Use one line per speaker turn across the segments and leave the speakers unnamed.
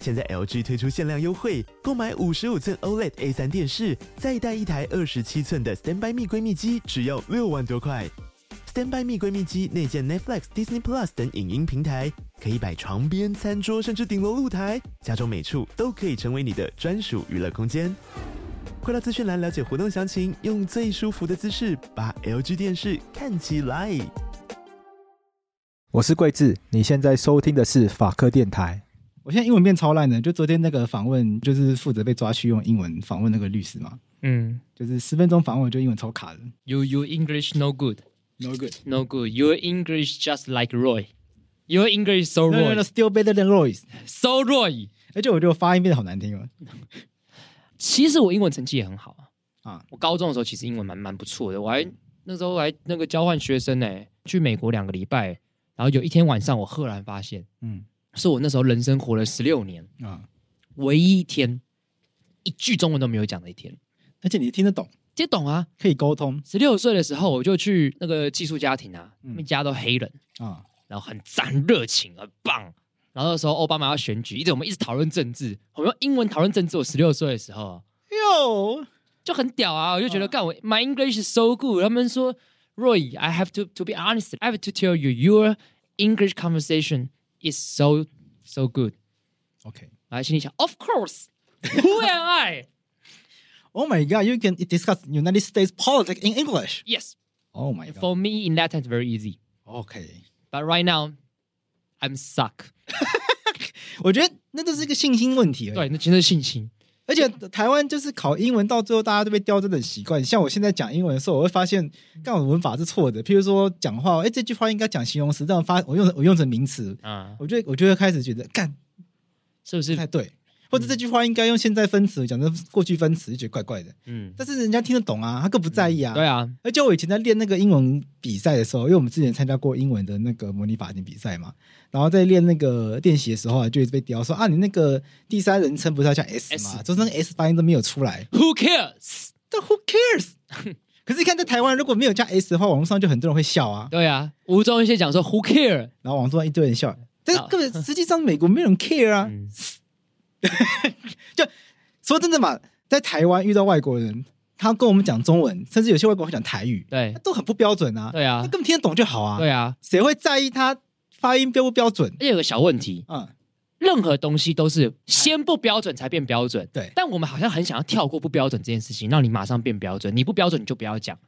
现在 LG 推出限量优惠，购买五十五寸 OLED A 3电视，再带一台二十七寸的 Standby 蜜闺蜜机，只要六万多块。Standby 蜜闺蜜机内建 Netflix、Disney Plus 等影音平台，可以摆床边、餐桌，甚至顶楼露台，家中每处都可以成为你的专属娱乐空间。快到资讯栏了解活动详情，用最舒服的姿势把 LG 电视看起来。
我是桂智，你现在收听的是法科电台。
我现在英文变超烂的，就昨天那个访问，就是负责被抓去用英文访问那个律师嘛，
嗯
就是十分钟访问，我就英文超卡的
，You you English no good
，no good。
no good. Your English just like Roy. Your English so
No, no,
Roy
no, still better than Royce。
so Roy.
而且我觉得我发音变得好难听啊了。
其实我英文成绩也很好啊。
啊
我高中的时候其实英文蛮蛮不错的，我还那时候还那个交换学生呢、去美国两个礼拜，然后有一天晚上我赫然发现，
嗯
是我那时候人生活了十六年，
啊，
唯一一天一句中文都没有讲的一天。
而且你听得懂，
听懂啊？
可以沟通
十六岁的时候我就去那个寄宿家庭啊，
嗯
他们家都黑人，
啊，
然后很赞、很热情、很棒。然后那时候奥巴马要选举，一直我们一直讨论政治，我们用英文讨论政治。我十六岁的时候
哟，
就很屌啊，我就觉得干我 my English is so good。他们说 Roy, I have to to be honest, I have to tell you your English conversation is so so good。
OK。
然后心里想，Of course, who am I?
Oh my god, you can discuss United States politics in English.
Yes,
Oh my god.
for me in that time it's very easy,
OK，
but right now I'm suck。
我觉得那就是一个信心问题而已。
对，那其实是信心。
而且台湾就是考英文，到最后大家都被雕这种习惯。像我现在讲英文的时候，我会发现，干我的文法是错的。譬如说讲话，哎，这句话应该讲形容词，但我发我用我用成名词，
啊，
我就我就会开始觉得干
是不
不
是
太？对，或者这句话应该用现在分词讲成过去分词，就觉得怪怪的。
嗯，
但是人家听得懂啊，他更不在意啊。
对啊，
而且我以前在练那个英文比赛的时候，因为我们之前参加过英文的那个模拟法庭比赛嘛，然后在练那个练习的时候啊，就一直被雕说啊，你那个第三人称不是要加 S 吗
S
就是那个 S 发音都没有出来。
Who cares？
但 Who cares？可 是你看，在台湾如果没有加 S 的话，网络上就很多人会笑啊，
对啊，吴宗宪讲说 Who care？
然后网络上一堆人笑。但是
啊
根本实际上美国没有人 care 啊。
嗯，
说真的嘛，在台湾遇到外国人，他跟我们讲中文，甚至有些外国人会讲台语，
对
那都很不标准啊。
对
他
啊
根，本听得懂就好啊。
对啊。
谁会在意他发音标不标准
而？且有个小问题，
嗯，
任何东西都是先不标准才变标准。
对
但我们好像很想要跳过不标准这件事情，让你马上变标准。你不标准你就不要讲，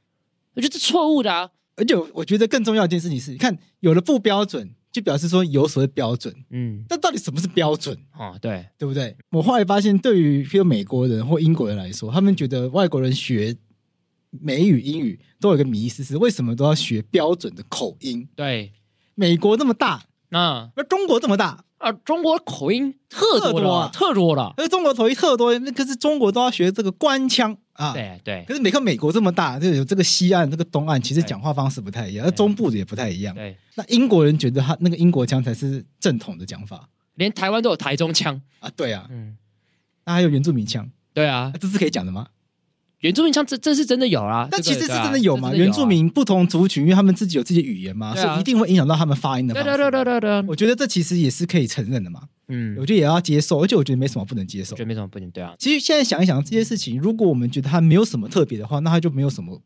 我觉得这错误的啊。
而且我我觉得更重要的一件事情是，你看有了不标准，就表示说有所谓标准，
嗯，
但到底什么是标准，
哦，对，
对不对？我后来发现，对于譬如美国人或英国人来说，他们觉得外国人学美语、英语都有一个迷思，是为什么都要学标准的口音？
对，
美国那么大，
那
而中国这么大，
啊，中国口音特多了，特多啊了。
而中国头一特多，那可是中国都要学这个官腔啊。。
对对
可是你看美国这么大，就有这个西岸、这个东岸，其实
对
讲话方式不太一样，而中部的也不太一样。
对，
那英国人觉得他那个英国腔才是正统的讲法
连台湾都有台中腔。
啊，对啊，
嗯，
那还有原住民腔，
对啊
啊，这是可以讲的吗？
原住民腔这这是真的有啦。
但
这
其
个
实是
对啊
真的有嘛，
这
原住民不同族群，因为他们自己有自己的语言嘛，
对啊
所以一定会影响到他们发音的
对
方式。
对对对对对，
我觉得这其实也是可以承认的嘛，
嗯，
我觉得也要接受，而且我觉得没什么不能接
我
受
觉得。没什么不行，对啊，
其实现在想一想这些事情，如果我们觉得它没有什么特别的话，那它就没有什么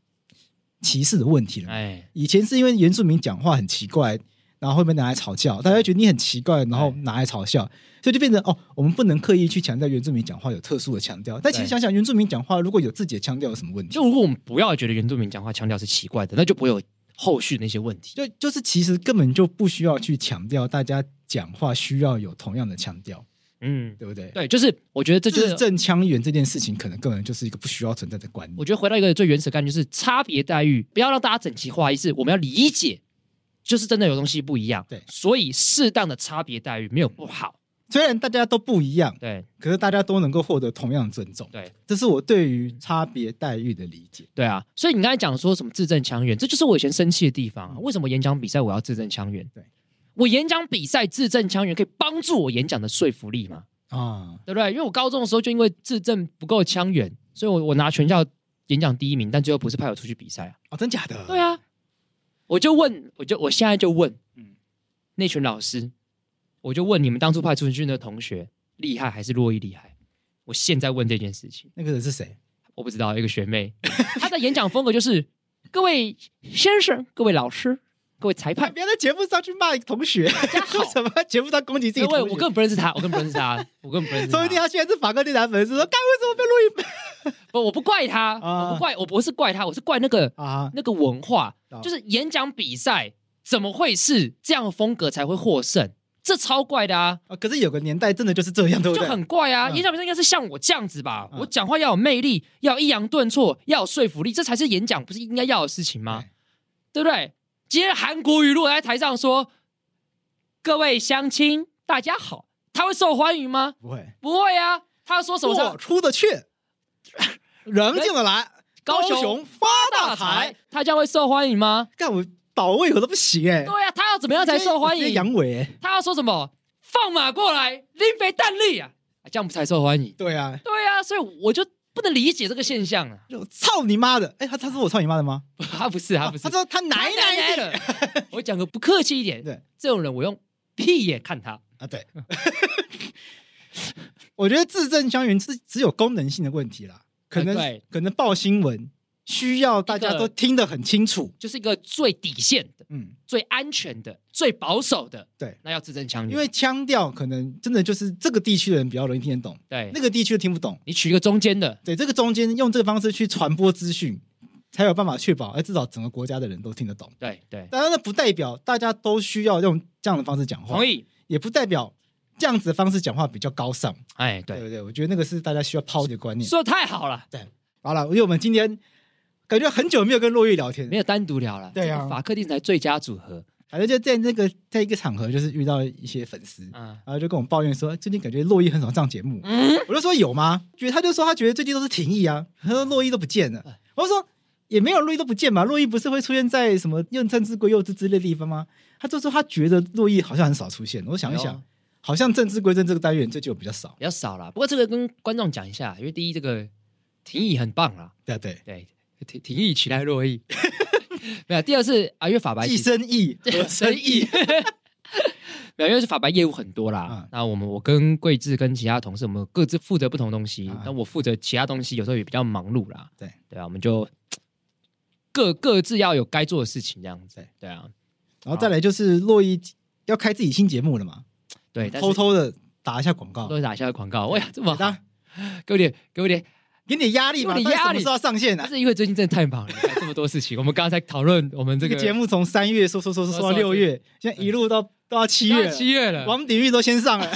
歧视的问题了嘛。
哎，
以前是因为原住民讲话很奇怪，然后会被拿来嘲笑，大家觉得你很奇怪，然后
哎
拿来嘲笑，所以就变成哦，我们不能刻意去强调原住民讲话有特殊的腔调。但其实
对
想想，原住民讲话如果有自己的腔调，有什么问题？
就如果我们不要觉得原住民讲话腔调是奇怪的，那就不会有后续那些问题。
就就是其实根本就不需要去强调大家讲话需要有同样的腔调，
嗯，
对不对？
对，就是我觉得这就
字
是，
正腔圆这件事情，可能根本就是一个不需要存在的观念
我。觉得回到一个最原始的概念，就是差别待遇，不要让大家整齐划一，是我们要理解，就是真的有东西不一样。
对
所以适当的差别待遇没有不好，
虽然大家都不一样，
对
可是大家都能够获得同样的尊重。
对
这是我对于差别待遇的理解。
对啊，所以你刚才讲说什么字正腔圆，这就是我以前生气的地方啊。为什么演讲比赛我要字正腔圆？
对，
我演讲比赛字正腔圆可以帮助我演讲的说服力嘛？
啊，
对不对？因为我高中的时候就因为字正不够腔圆，所以我我拿全校演讲第一名，但最后不是派我出去比赛啊。
哦，真假的？
对，啊，我就问，我就我现在就问，
嗯
嗯，那群老师，我就问你们当初派出去的同学厉害还是洛伊厉害？我现在问这件事情，
那个人是谁？
我不知道一个 学妹，她的演讲风格就是各位先生、各位老师、各位 裁判，
不要在节目上去骂同学，
好
为什么在节目上攻击自己
各
同
位
学？
我根本不认识他，我根本不认识他，我根本不认 识
说不定
他。
他现在是法克电台粉丝，说干为什么被录音
不，我不怪他，
啊
我不怪，我不是怪他，我是怪那个
啊？
那个文化
哦，
就是演讲比赛怎么会是这样的风格才会获胜？这超怪的啊！
啊可是有个年代真的就是这样，对不
就
对？
很怪啊！
嗯
演讲比赛应该是像我这样子吧，
嗯
我讲话要有魅力，要抑扬顿挫，要有说服力，这才是演讲不是应该要的事情吗？对不对？今天韩国瑜如果在台上说“各位乡亲，大家好”，他会受欢迎吗？
不会，
不会啊！他说什么
我
上
出得去，人进得来，
高雄
雄发大财。，
他这样会受欢迎吗？
干我倒胃口都不行哎，
对啊，他要怎么样才受欢
我直接
迎？
阳痿哎，
他要说什么？放马过来，拎肥蛋力啊！啊这样不才受欢迎？
对啊，
对啊，所以我就不能理解这个现象 啊。
就操你妈的！哎，他他说我操你妈的吗？
他啊不是，他不是，
他说他奶奶的
的。我讲个不客气一点，
对
这种人我用屁眼看他。
啊，对。 我觉得字正腔圆是只有功能性的问题啦，可能
呃对
可能报新闻需要大家
一个
都听得很清楚，
就是一个最底线的、
嗯，
最安全的、最保守的，
对，
那要字正腔圆。
因为腔调可能真的就是这个地区的人比较容易听得懂，
对，
那个地区听不懂。
你取一个中间的，
对，这个中间用这个方式去传播资讯，才有办法确保，哎，至少整个国家的人都听得懂。
对对，
当然，那不代表大家都需要用这样的方式讲话
同，意。
也不代表这样子的方式讲话比较高尚，
哎，
对
对，
不对？我觉得那个是大家需要抛弃的观念。
说的太好了，
好了，因为我们今天感觉很久没有跟洛玉聊天
没，有单独聊了。
对啊
这个法克电台最佳组合
反正就在那个在一个场合，就是遇到一些粉丝，
啊，
然后就跟我抱怨说，最近感觉洛伊很少上节目。
嗯，
我就说有吗？觉得他就说他觉得最近都是停议啊，他说洛伊都不见
嗯
了。我就说也没有洛伊都不见吧，洛伊不是会出现在什么用政治归幼稚之类的地方吗？他就说他觉得洛伊好像很少出现。我想一
哎
想
呦，
好像政治归政这个单元最近有比较少。
比较少了。不过这个跟观众讲一下，因为第一这个庭议很棒啦，
对啊对，
对，庭庭议 取代洛伊。没有，第二是啊，因为法白
既
其 实
生意
对
和生意。
没有，因为是法白业务很多啦
嗯。
那我们我跟桂志跟其他同事，我们各自负责不同东西
啊。
那我负责其他东西，有时候也比较忙碌啦。
对
对啊，我们就各各自要有该做的事情，这样子。对啊，
然后再来就是洛伊要开自己新节目了嘛，
对，但是
偷偷的打一下广告，
都打下了广告，哇，这么
给
好
他，
给我点，给我点。
给你压力嘛，
有点压力
到底什么时候要上线
但
啊？
是因为最近真的太忙了，你看这么多事情，我们刚才讨论我们
这
这
个
个
节目从三月说说说说说到六月，现在一路到都到七月
月
了，
七月了，
王鼎玉都先上了。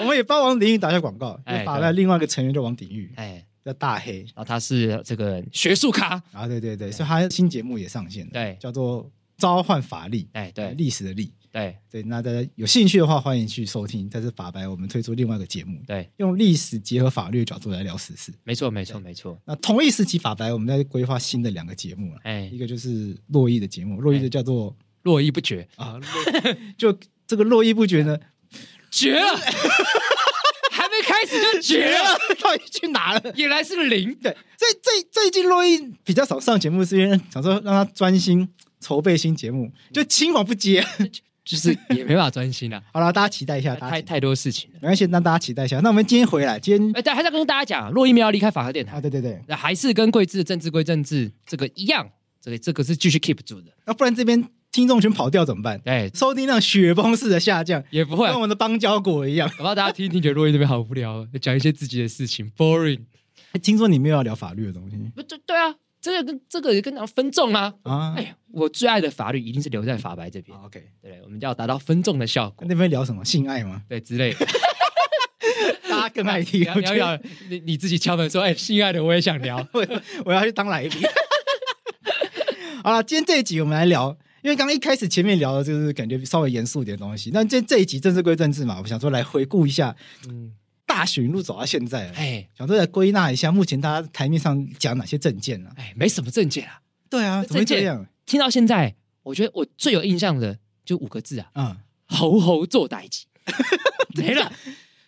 我们也帮王鼎玉打一下广告，
哎
就法外另外一个成员叫王鼎玉，
哎，
叫大黑
然后他是这个学术咖，
啊，对对对，所以他新节目也上线了，
对
叫做《召唤法力》，
哎，对
历史的历。
对
对，那大家有兴趣的话，欢迎去收听。但是法白我们推出另外一个节目，
对，
用历史结合法律的角度来聊时事。
没错没错没错，
那同一时期法白，我们在规划新的两个节目了，
哎
一，个就是洛伊的节目，洛伊的叫做
络绎不绝，
啊，洛就这个络绎不 绝呢，
绝 了，还没开始就绝了，，
到底去哪了？
也来是个零，
对，最最最近洛伊比较少上节目，是因为想说让他专心筹备新节目，
嗯
就轻狂不接。
就是也没办法专心 了，
好了，大家期待一下，大家
太
期待
太多事情了。
没关系，让大家期待一下。那我们今天回来，今天
哎，但还是要跟大家讲，络绎没有要离开法和电
啊，
台，
对对对，
那还是跟桂枝的政治归政治这个一样，这个这个是继续 keep 住的，
啊要不然这边听众群跑掉怎么办？
哎，
收听量雪崩式的下降，
也不会
跟我。们的邦交国一样。
搞不好大家听一听觉得洛伊那边好无聊，讲一些自己的事情，boring。
听说你没有要聊法律的东西
不对对啊，这个跟这个也跟讲分众啊。
啊？
哎，我最爱的法律一定是留在法白这边
好，，OK，
对不对，我们要达到分众的效果，
那边聊什么性爱 吗？
对之类的。
大家更爱听
你。要
我
你要
觉得
你要你你自己敲门说，哎，心爱的，我也想聊。
我我要去当来宾。好了，今天这一集我们来聊因为刚刚一开始前面聊的就是感觉稍微严肃一点的东西，那这这一集政治归政治嘛，我想说来回顾一下
嗯，
大选一路走到啊现在了，
哎
想说来归纳一下目前大家台面上讲哪些政见啊？
哎，没什么证件啊。
对啊，怎么会这样？
听到现在，我觉得我最有印象的就五个字啊：
嗯，
猴猴做代 级，没了，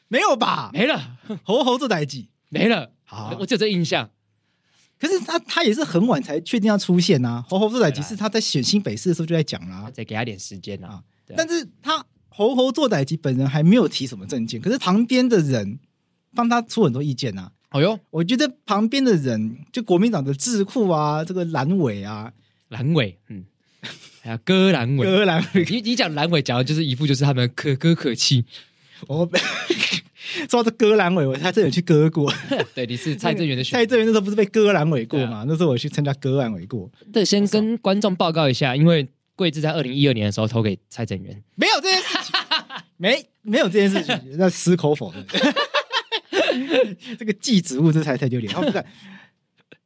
没有吧？
没了，
猴猴做代际，
没了。
好
我我只有这印象。
可是他他也是很晚才确定要出现啊。猴猴做代际
对啦
是他在选新北市的时候就在讲啦、
再给他点时间啊
啊。
对
但是他猴猴做代际本人还没有提什么证件，可是旁边的人帮他出很多意见啊。
哦哟，
我觉得旁边的人，就国民党的智库啊，这个蓝委啊，
阑尾，嗯， 还有割阑尾。
柯蓝伟，
你你讲阑尾，讲的就是一副就是他们可歌 可泣。
我说到这柯蓝委，我还真有去割过。
对，你是蔡正元的选
蔡正元那时候不是被割阑尾过
对啊
嘛？那时候我去参加割阑尾过，
对，先跟观众报告一下，因为桂枝在二零一二年的时候投给蔡 正元，
没有这件事情，没没有这件事情，那矢口否认。 这个记职务这才太丢脸，哦，不是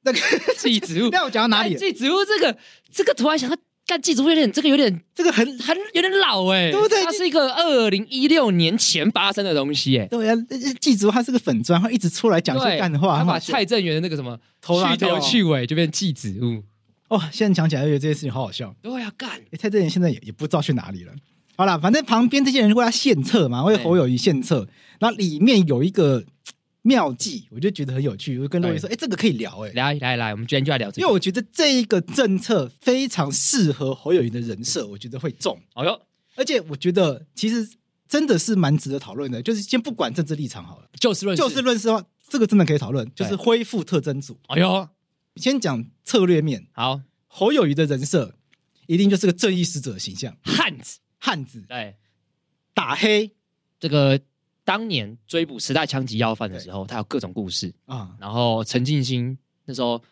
那个。
祭植 物
那我讲到哪里了？
祭哎植物这个这个突然想到，干祭植物有点这个有点
这个很
很有点老哎、
对不对
它是一个二零一六年前发生的东西哎、
对啊，记职务他是个粉砖，他一直出来讲一些
对，
干话，
他
很
把
好笑
蔡正元的那个什么
头拿
去
掉
头去尾就变祭植物。
哦，现在想起来就觉得这件事情好好笑。
对啊，干
欸、蔡正元现在也也不知道去哪里了。好了，反正旁边这些人为他献策嘛，为侯友谊献策。然后里面有一个嘖妙计，我就觉得很有趣，我就跟洛伊说：“哎、这个可以聊哎、欸
来来来，我们今天就来聊这
因
个
为。我觉得这一个政策非常适合侯友谊的人设，我觉得会中。
哦哟，
而且我觉得其实真的是蛮值得讨论的，就是先不管政治立场好了，
就事论事，
就事论事的话，这个真的可以讨论，就是恢复特征组。
哎呦，
先讲策略面，
好
侯友谊的人设一定就是个正义使者的形象，
汉子，
汉子
对
打黑。”
这个当年追捕十大枪击要犯的时候，他有各种故事。
啊、
然后陈进兴那时候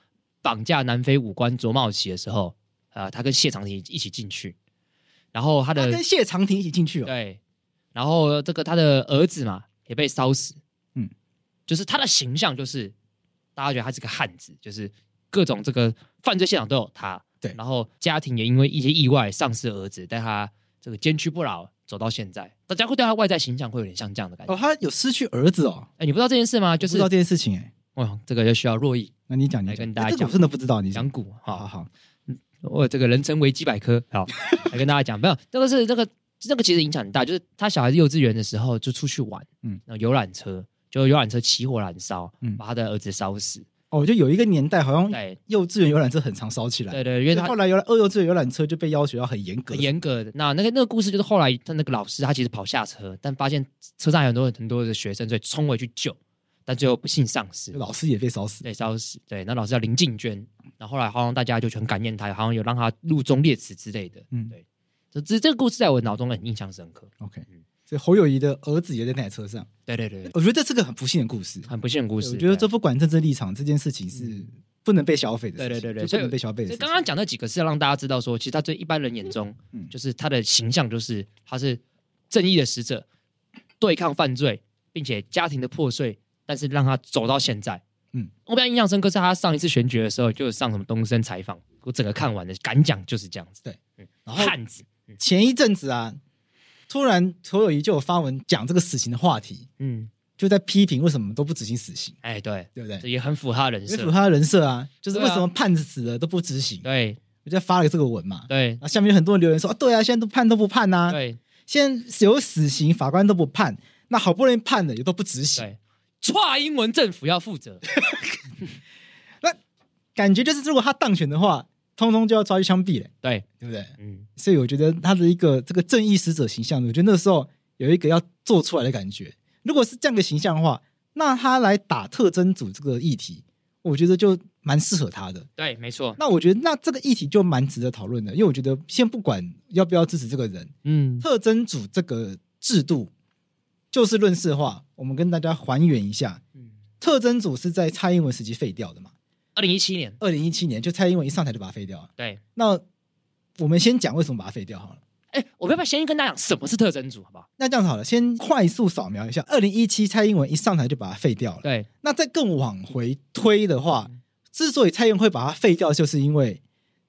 绑架南非武官卓茂奇的时候，啊，他跟谢长廷一起进去，然后他
他
的
跟谢长廷一起进去哦。
呃对，然后这个他的儿子嘛也被烧死，嗯
嗯，
就是他的形象就是大家觉得他是个汉子，就是各种这个犯罪现场都有他，
对
然后家庭也因为一些意外丧失儿子，但他这个坚屈不挠走到现在，大家会对他外在形象会有点像这样的感觉。
哦，
哎、
他有失去儿子哦，
你不知道这件事吗？就
不知
是
道这件事情哎、
哇，这个就需要若意
那你讲，你
来跟
讲
大家
哎这个
讲
我真的不知道，你
讲
讲。
古，
好好
好，
好，
我哦这个人称维基百科，好来跟大家讲，没有，这个是这个这个其实影响很大，就是他小孩子幼稚园的时候就出去玩，嗯
嗯，
然后游览车就游览车起火燃烧，
嗯
把他的儿子烧死，
哦，就有一个年代，好像
对
幼稚园游览车很常烧起来，
对对，因为
所以
他
后来游览二幼稚园游览车就被要求要很严格，
很严格的。那那个那个故事就是后来他那个老师他其实跑下车，但发现车上有很多很多的学生，所以冲回去救，但最后不幸丧
就
尸，
老师也被烧死。
对烧死。对，那老师叫林静娟，然后后来好像大家就很感念他，好像有让他入中列祠之类的。
嗯
对，这这这个故事在我脑中很印象深刻。
OK，
嗯
所以侯友谊的儿子也在那台车上，
对对对，对
我觉得这是个很不幸的故事。
很不幸的故
对
事。
我觉得这
对
不管政治立场，这件事情是不能被消费的
对
事
对
情，
对对
就不能被消费的
所
事
以
情。
刚刚讲那几个是要让大家知道说，其实他在一般人眼中，
嗯
就是他的形象就是他是正义的使者，对抗犯罪，并且家庭的破碎，但是让他走到现在。嗯
嗯，
我比较印象深刻是他上一次选举的时候，就有上什么东森采访，我整个看完的感讲就是这样子。
对
嗯，
然后
汉子，
前一阵子啊，突然侯友谊就有发文讲这个死刑的话题，
嗯，
就在批评为什么都不执行死刑，
哎，对，
对不对
这？也很符合他的人
也符
设
合。他的人设啊，就是
对
为
啊
什么判子死了都不执行？
对
我就发了这个文嘛，
对
然后下面有很多人留言说啊，对啊，现在都判都不判呐、啊，
对
现在有死刑，法官都不判，那好不容易判了也都不执行，
对，跨英文政府要负责。
感觉就是如果他当选的话，通通就要抓去枪毙了，
对，
对不对？
嗯，
所以我觉得他的一个这个正义使者形象，我觉得那时候有一个要做出来的感觉。如果是这样的形象的话，那他来打特征组这个议题，我觉得就蛮适合他的。
对，没错。
那我觉得，那这个议题就蛮值得讨论的，因为我觉得先不管要不要支持这个人，
嗯，
特征组这个制度，就事论事的话，我们跟大家还原一下，
嗯
特征组是在蔡英文时期废掉的嘛？
二零一七年，
二零一七年就蔡英文一上台就把它废掉了。
对，
那我们先讲为什么把它废掉好了。
哎，我们要不要先跟大家讲什么是特征组，好不好？
那这样子好了，先快速扫描一下，二零一七蔡英文一上台就把它废掉了。
对，嗯
那再更往回推的话，之所以蔡英文会把它废掉，就是因为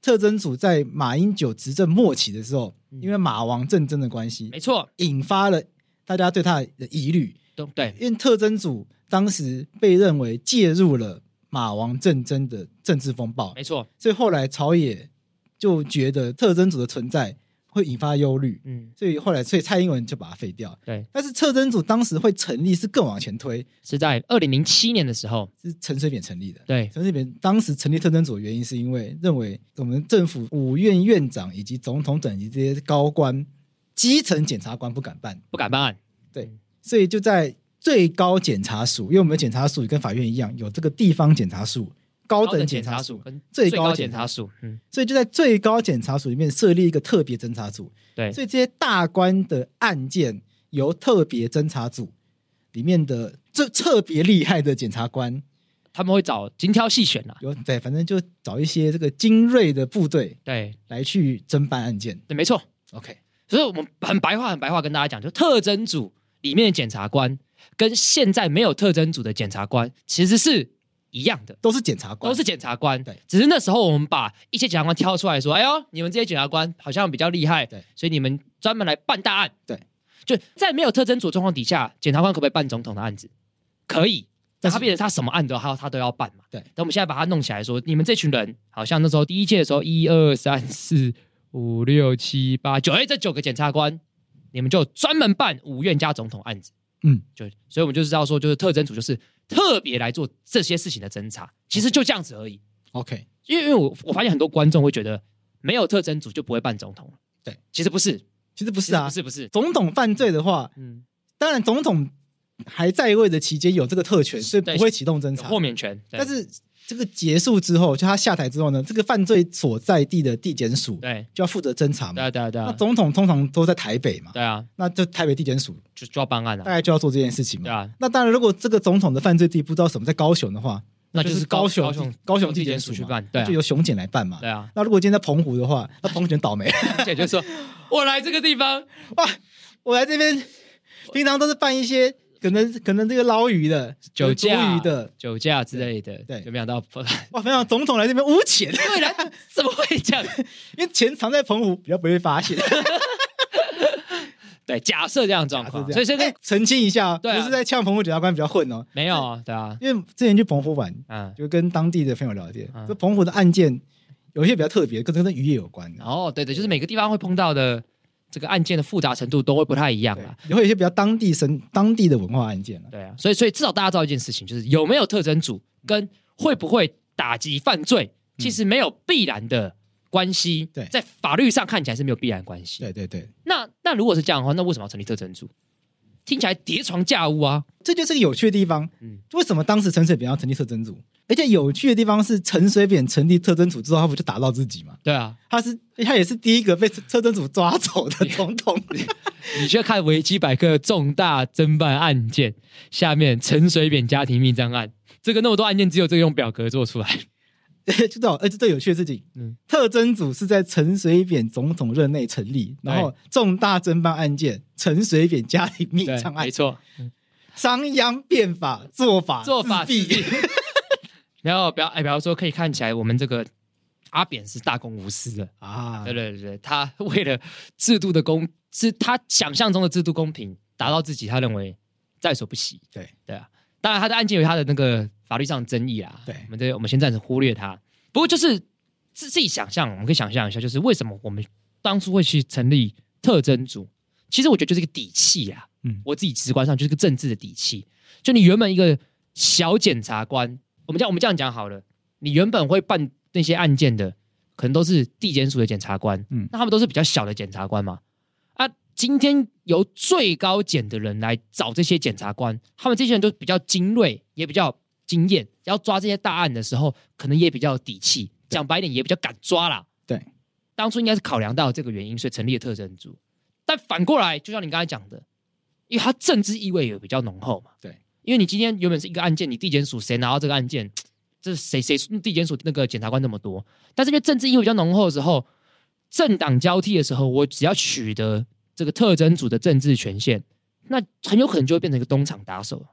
特征组在马英九执政末期的时候，
嗯
因为马王政争的关系
没，错，
引发了大家对他的疑虑，
对对，
因为特征组当时被认为介入了马王政争的政治风暴，
没错，
所以后来朝野就觉得特征组的存在会引发忧虑，
嗯，
所以后来所以蔡英文就把它废掉。
对，
但是特征组当时会成立是更往前推，
是在二零零七年的时候，
是陈水扁成立的。
对，
陈水扁当时成立特征组的原因，是因为认为我们政府五院院长以及总统等级这些高官、基层检察官不敢办，
不敢办案，
所以就在最高检察署，因为我们检察署跟法院一样有这个地方检察署、高等检察署，
跟
最
最
高
高
检
检
察
察署，嗯，
所以就在最高检察署里面设立一个特别侦查组，
对，
所以这些大官的案件由特别侦查组里面的这特别厉害的检察官，
他们会找精挑细选啊啦，
有对，反正就找一些这个精锐的部队。
对，
来去侦办案件。
对，没错。
OK，
所以我们很白话、很白话跟大家讲，就特征组里面的检察官跟现在没有特征组的检察官其实是一样的，
都是检察官，
都是检察官。
对，
只是那时候我们把一些检察官挑出来说：“哎呦，你们这些检察官好像比较厉害，
对，
所以你们专门来办大案。”
对，
就在没有特征组状况底下，检察官可不可以办总统的案子？可以。
但
但
是
他变成他什么案都他他都要办嘛。
对
但我们现在把他弄起来说，你们这群人好像那时候第一届的时候，一二三四五六七八九，哎，这九个检察官，你们就专门办五院加总统案子。
嗯，
就所以我们就知道说，就是特征组就是特别来做这些事情的侦查，其实就这样子而已。
OK，
因为因为我我发现很多观众会觉得没有特征组就不会办总统了
对，
其实不是，
其实不
其
是
实
啊
不。是不是，
总统犯罪的话，
嗯，
当然总统还在位的期间有这个特权，所以
对
不会启动侦
有
查
豁。免权，对
但是这个结束之后，就他下台之后呢，这个犯罪所在地的地检署
对
就要负责侦查
对
嘛
啊。对啊对
那
啊，
总统通常都在台北嘛，
对啊，
那就台北地检署
就就要办案
大
啊，
概就要做这件事情
对
嘛。
啊，
那当然，如果这个总统的犯罪地不知道什么在高雄的话，
那
就
就是是
高
高
雄
高雄
高雄
地
地检
检
署
署去
嘛
办，对啊
就由熊检来办嘛。
对啊，
那如果今天在澎湖的话，那澎湖就倒霉了。
而且就说我来这个地方，
哇，我来这边平常都是办一些可能可能这个捞鱼的、
酒
捉
驾
鱼的，
酒驾之类的，
对
就没想到 对
哇，没想到总统来这边污钱，
然怎么会这样？
因为钱藏在澎湖，比较不会发现。
对，假设这样的状况，所以
这
现在
个澄清一下，哦不
对啊
是在呛澎湖检察官比较混哦，
没有啊，对啊，
因为之前去澎湖玩，
嗯，
就跟当地的朋友聊天，
嗯
这澎湖的案件有一些比较特别，跟跟渔业有关的，
然后对对，就是每个地方会碰到的这个案件的复杂程度都会不太一样啊
对
啦。，
也会有一些比较当地生当地的文化案件了。
对啊，所以所以至少大家知道一件事情，就是有没有特征组跟会不会打击犯罪，其实没有必然的关系。
对
在法律上看起来是没有必然关系。
对对对，
那那如果是这样的话，那为什么要成立特征组？听起来叠床架屋啊！
这就是个有趣的地方。
嗯
为什么当时陈水扁要成立特征组？而且有趣的地方是，陈水扁成立特征组之后，他不就打到自己吗？
对啊，
他是他也是第一个被车真组抓走的总统。
你去看维基百科重大侦办案件下面陈水扁家庭密账案，这个那么多案件只有这个用表格做出来。
就知道，而且最有趣的事情，
嗯
特征组是在陈水扁总统任内成立，然后重大侦办案件陈水扁家庭命
对
障，案
没、错，
商鞅变法、做法、
做法
自
自
毙
毙。 然后不要哎，比方说可以看起来我们这个阿扁是大公无私的，
啊
对，对对对，他为了制度的公，是他想象中的制度公平，达到自己他认为在所不惜。
对
对啊，当然他的案件有他的那个法律上的争议啦。
对
我们这我们先暂时忽略他。不过就是自自己想象，我们可以想象一下，就是为什么我们当初会去成立特征组？其实我觉得就是一个底气啦。
嗯
我自己直观上就是个政治的底气。就你原本一个小检察官，我们这样我们这样讲好了，你原本会办那些案件的，可能都是地检署的检察官，
嗯
嗯，那他们都是比较小的检察官嘛。啊，今天由最高检的人来找这些检察官，他们这些人都比较精锐，也比较经验，要抓这些大案的时候，可能也比较有底气，讲白一点也比较敢抓啦。
对，
当初应该是考量到这个原因，所以成立了特侦组。但反过来，就像你刚才讲的，因为它政治意味也比较浓厚嘛。
对，
因为你今天原本是一个案件，你地检署谁拿到这个案件，这谁谁地检署那个检察官那么多，但是因为政治意味比较浓厚的时候，政党交替的时候，我只要取得这个特征组的政治权限，那很有可能就会变成一个东厂打手，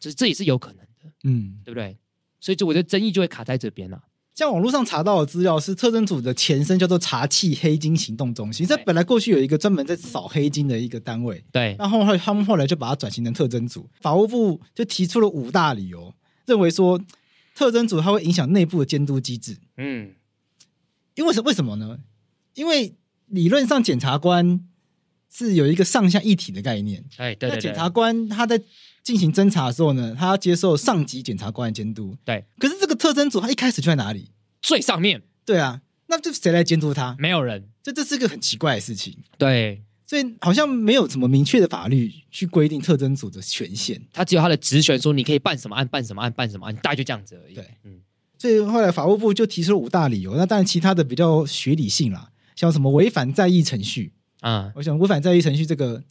这这也是有可能的，
嗯，
对不对？所以就我觉得争议就会卡在这边了、
像网络上查到的资料是，特侦组的前身叫做查气黑金行动中心。这本来过去有一个专门在扫黑金的一个单位，
对，
然后后来他们后来就把它转型成特征组。法务部就提出了五大理由，认为说特征组它会影响内部的监督机制。
嗯，
因为什为什么呢？因为理论上检察官是有一个上下一体的概念。
哎，对
那
对对
检，察官他在进行侦查的时候呢，他要接受上级检察官的监督。
对，
可是这个特征组他一开始就在哪里？
最上面
对啊，那就谁来监督他？
没有人，
这这是个很奇怪的事情，
对
所以好像没有什么明确的法律去规定特征组的权限。
他只有他的职权，说你可以办什么案，办什么案，办什么案，大概就这样子而已。
对，
嗯，
所以后来法务部就提出了五大理由，那当然其他的比较学理性啦，像什么违反在役程序，
啊，
我想违反在役程序这个，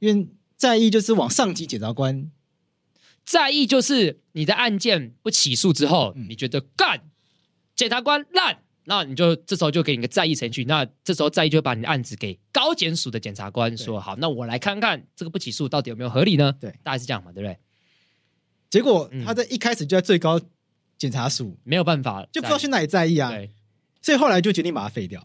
因为在役就是往上级检察官
在意就是你的案件不起诉之后，
嗯
你觉得干检察官烂，那你就这时候就给你个在意程序，那这时候在意就会把你的案子给高检署的检察官说，好，那我来看看这个不起诉到底有没有合理呢？
对，
大概是这样嘛，对不对？
结果
嗯
他在一开始就在最高检察署，
没有办法，
就不知道去
在
哪里在意啊，
对，
所以后来就决定把它废掉。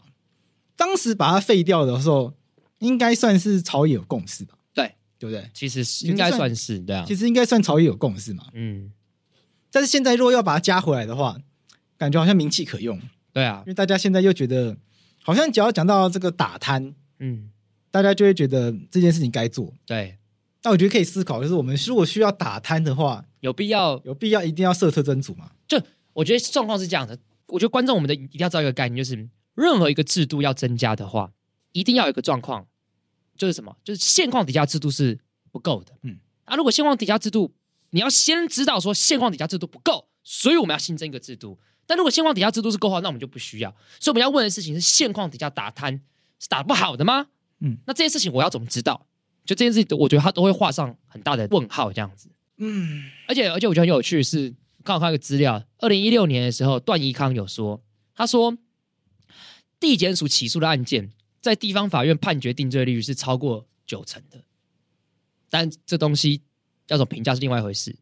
当时把它废掉的时候，应该算是朝野有共识吧？
对，
对不对？
其实是应该算是对啊，
其实应该算朝野有共识嘛。
嗯，
但是现在如果要把它加回来的话，感觉好像名气可用，因
对啊，
为大家现在又觉得，好像只要讲到这个打贪，
嗯，
大家就会觉得这件事情该做。
对，
但我觉得可以思考，就是我们如果需要打贪的话，
有必要
有必要一定要设特征组嘛？
就我觉得状况是这样的，我觉得观众我们的一定要知道一个概念，就是任何一个制度要增加的话，一定要有一个状况，就是什么？就是现况底下制度是不够的。嗯
嗯，
啊，如果现况底下制度，你要先知道说现况底下制度不够，所以我们要新增一个制度。但如果现况底下制度是够的话，那我们就不需要。所以我们要问的事情是：现况底下打贪是打不好的吗？嗯
嗯，
那这件事情我要怎么知道？就这件事情，我觉得它都会画上很大的问号，这样子。
嗯，
而且而且我觉得很有趣的是，刚好看到一个资料，二零一六年的时候，段宜康有说，他说地检署起诉的案件，在地方法院判决定罪率是超过九成的，但这东西要怎么评价是另外一回事。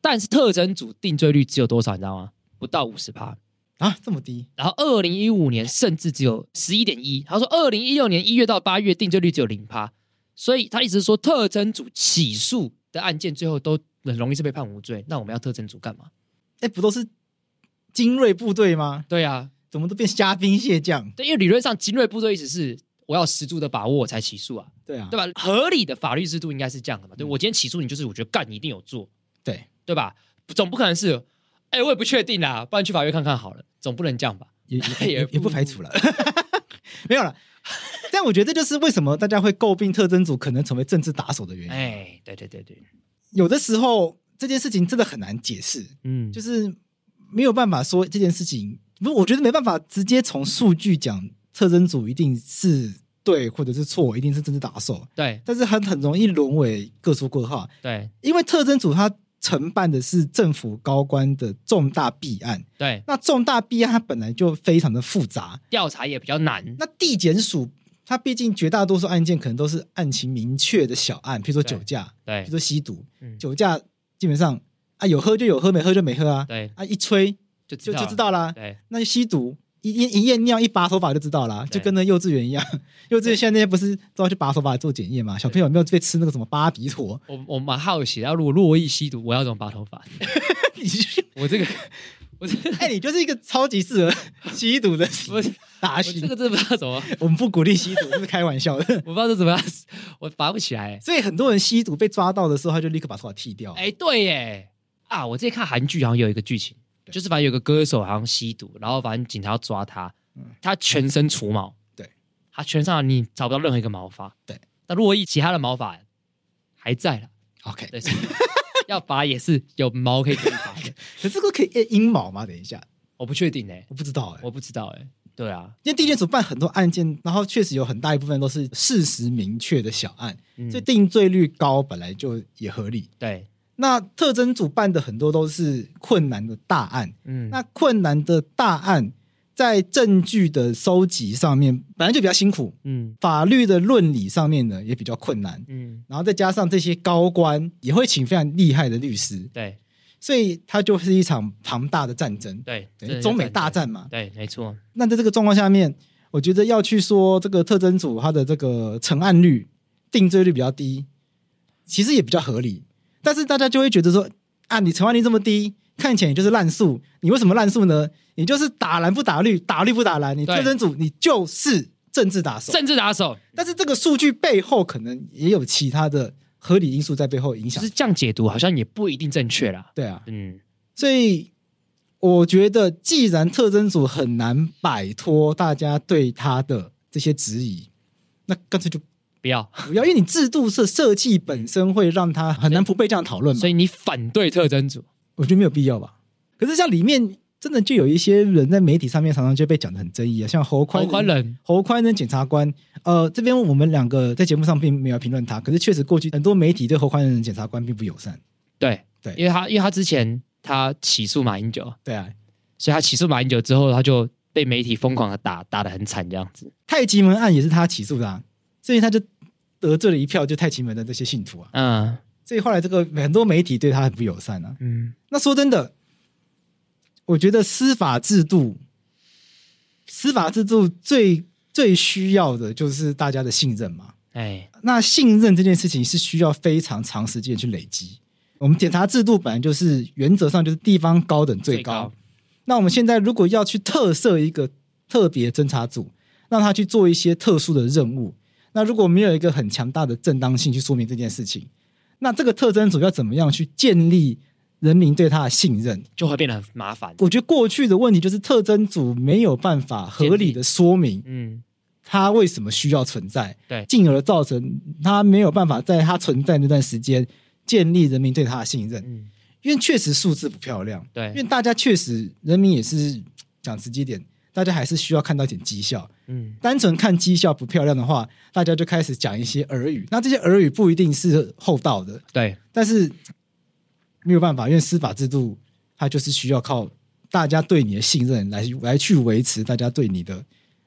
但是特征组定罪率只有多少，你知道吗？不到五十趴。
啊，这么低，
然后二零一五年甚至只有十一点一，他说二零一六年一月到八月定罪率只有零趴，所以他一直说特征组起诉的案件最后都很容易是被判无罪，那我们要特征组干嘛？
哎，不都是精锐部队吗？
对啊，
怎么都变虾兵蟹将？
对，因为理论上精锐部队意思是我要十足的把握我才起诉啊，
对啊，
对吧？合理的法律制度应该是这样的嘛，对我今天起诉你就是我觉得干你一定有做，
对
对吧？总不可能是，哎、我也不确定啦，不然去法院看看好了，总不能这样吧？
也也
也
也
不
也不排 除了，没有了。但我觉得这就是为什么大家会诟病特征组可能成为政治打手的原因。
哎，对对对对，
有的时候这件事情真的很难解释，
嗯，
就是是没有办法说这件事情，不，我觉得没办法直接从数据讲特征组一定是对或者是错，一定是政治打手，
对
但是很很容易沦为各说各话，
对
因为特征组它承办的是政府高官的重大弊案，
对，
那重大弊案它本来就非常的复杂，
调查也比较难。
那地检署，它毕竟绝大多数案件可能都是案情明确的小案，譬如说
对
酒驾，譬
对
如说吸毒，
嗯
酒驾基本上啊有喝就有喝，没喝就没喝啊，
对，
啊一吹
就知
就
道
就知道啦。
对
那吸毒一验一验尿一拔头发就知道啦，
对
就跟那幼稚园一样，幼稚园现在那些不是都要去拔头发做检验嘛？小朋友有没有被吃那个什么巴比妥？
我我蛮好奇，然后如果洛伊吸毒，我要怎么拔头发？
你就是
我这个，我这个，
哎，你就是一个超级适合吸毒的
我我
达西
这，个真的不知道怎么，
我们不鼓励吸毒，这是开玩笑的。
我不知道这怎么样， 我拔不起来。
所以很多人吸毒被抓到的时候，他就立刻把头发剃掉。
哎，对耶，啊，我之前看韩剧好像有一个剧情，
对
就是反正有个歌手好像吸毒，然后反正警察要抓他
嗯，
他全身除毛，
对，
他全身上你找不到任何一个毛发，
对。
那洛伊其他的毛发还在了，
OK，
对，所 以要拔也是有毛可以可以拔 的，
可这个可以验阴谋吗？等一下，
我不确定哎、
我不知道哎、
我不知道哎、对啊，
因为地检署办很多案件，然后确实有很大一部分都是事实明确的小案，
嗯
所以定罪率高本来就也合理。
对，
那特征组办的很多都是困难的大案，
嗯，
那困难的大案在证据的收集上面本来就比较辛苦，
嗯
法律的论理上面呢也比较困难，
嗯，
然后再加上这些高官也会请非常厉害的律师，
对，
所以它就是一场庞大的战争，
对，
等
这
于中美大，战嘛。
对，没错，
那在这个状况下面，我觉得要去说这个特征组它的这个成案率、定罪率比较低，其实也比较合理。但是大家就会觉得说，啊，你成案率这么低，看起来你就是烂数，你为什么烂数呢？你就是打蓝不打绿，打绿不打蓝，你
对
特征组你就是政治打手。
政治打手
但是这个数据背后可能也有其他的合理因素在背后影
就
响
是。这样解读，好像也不一定正确啦。
对啊，
嗯，
所以我觉得，既然特征组很难摆脱大家对他的这些质疑，那干脆就
不要，
不要，因为你制度设设计本身会让他很难不被这样讨论嘛
所。以你反对特征组，
我觉得没有必要吧。可是像里面真的就有一些人在媒体上面常常就被讲的很争议啊，像侯宽
狂欢人，
侯宽仁检察官，呃，这边我们两个在节目上并没有评论他，可是确实过去很多媒体对侯宽仁检察官并不友善。
对
对
因为他因为他之前他起诉马英九，
对啊，
所以他起诉马英九之后，他就被媒体疯狂的打，打的很惨这样子。
太极门案也是他起诉的、啊，所以他就得罪了一票就太极门的这些信徒啊，
嗯
所以后来这个很多媒体对他很不友善啊。
嗯，
那说真的，我觉得司法制度，司法制度最最需要的就是大家的信任嘛。
哎，
那信任这件事情是需要非常长时间去累积。我们检察制度本来就是原则上就是地方高等最高，那我们现在如果要去特设一个特别侦查组，让他去做一些特殊的任务，那如果没有一个很强大的正当性去说明这件事情，那这个特侦组要怎么样去建立人民对他的信任？
就会变得很麻烦。
我觉得过去的问题就是特侦组没有办法合理的说明
嗯，
它为什么需要存在，
对
进而造成它没有办法在它存在那段时间建立人民对它的信任，
嗯，
因为确实数字不漂亮，因为
对，
大家确实人民也是讲直接点，大家还是需要看到一点绩效。
嗯，
单纯看绩效不漂亮的话，大家就开始讲一些耳语，那这些耳语不一定是厚道的，
对，
但是没有办法，因为司法制度它就是需要靠大家对你的信任来来去维持大家对你的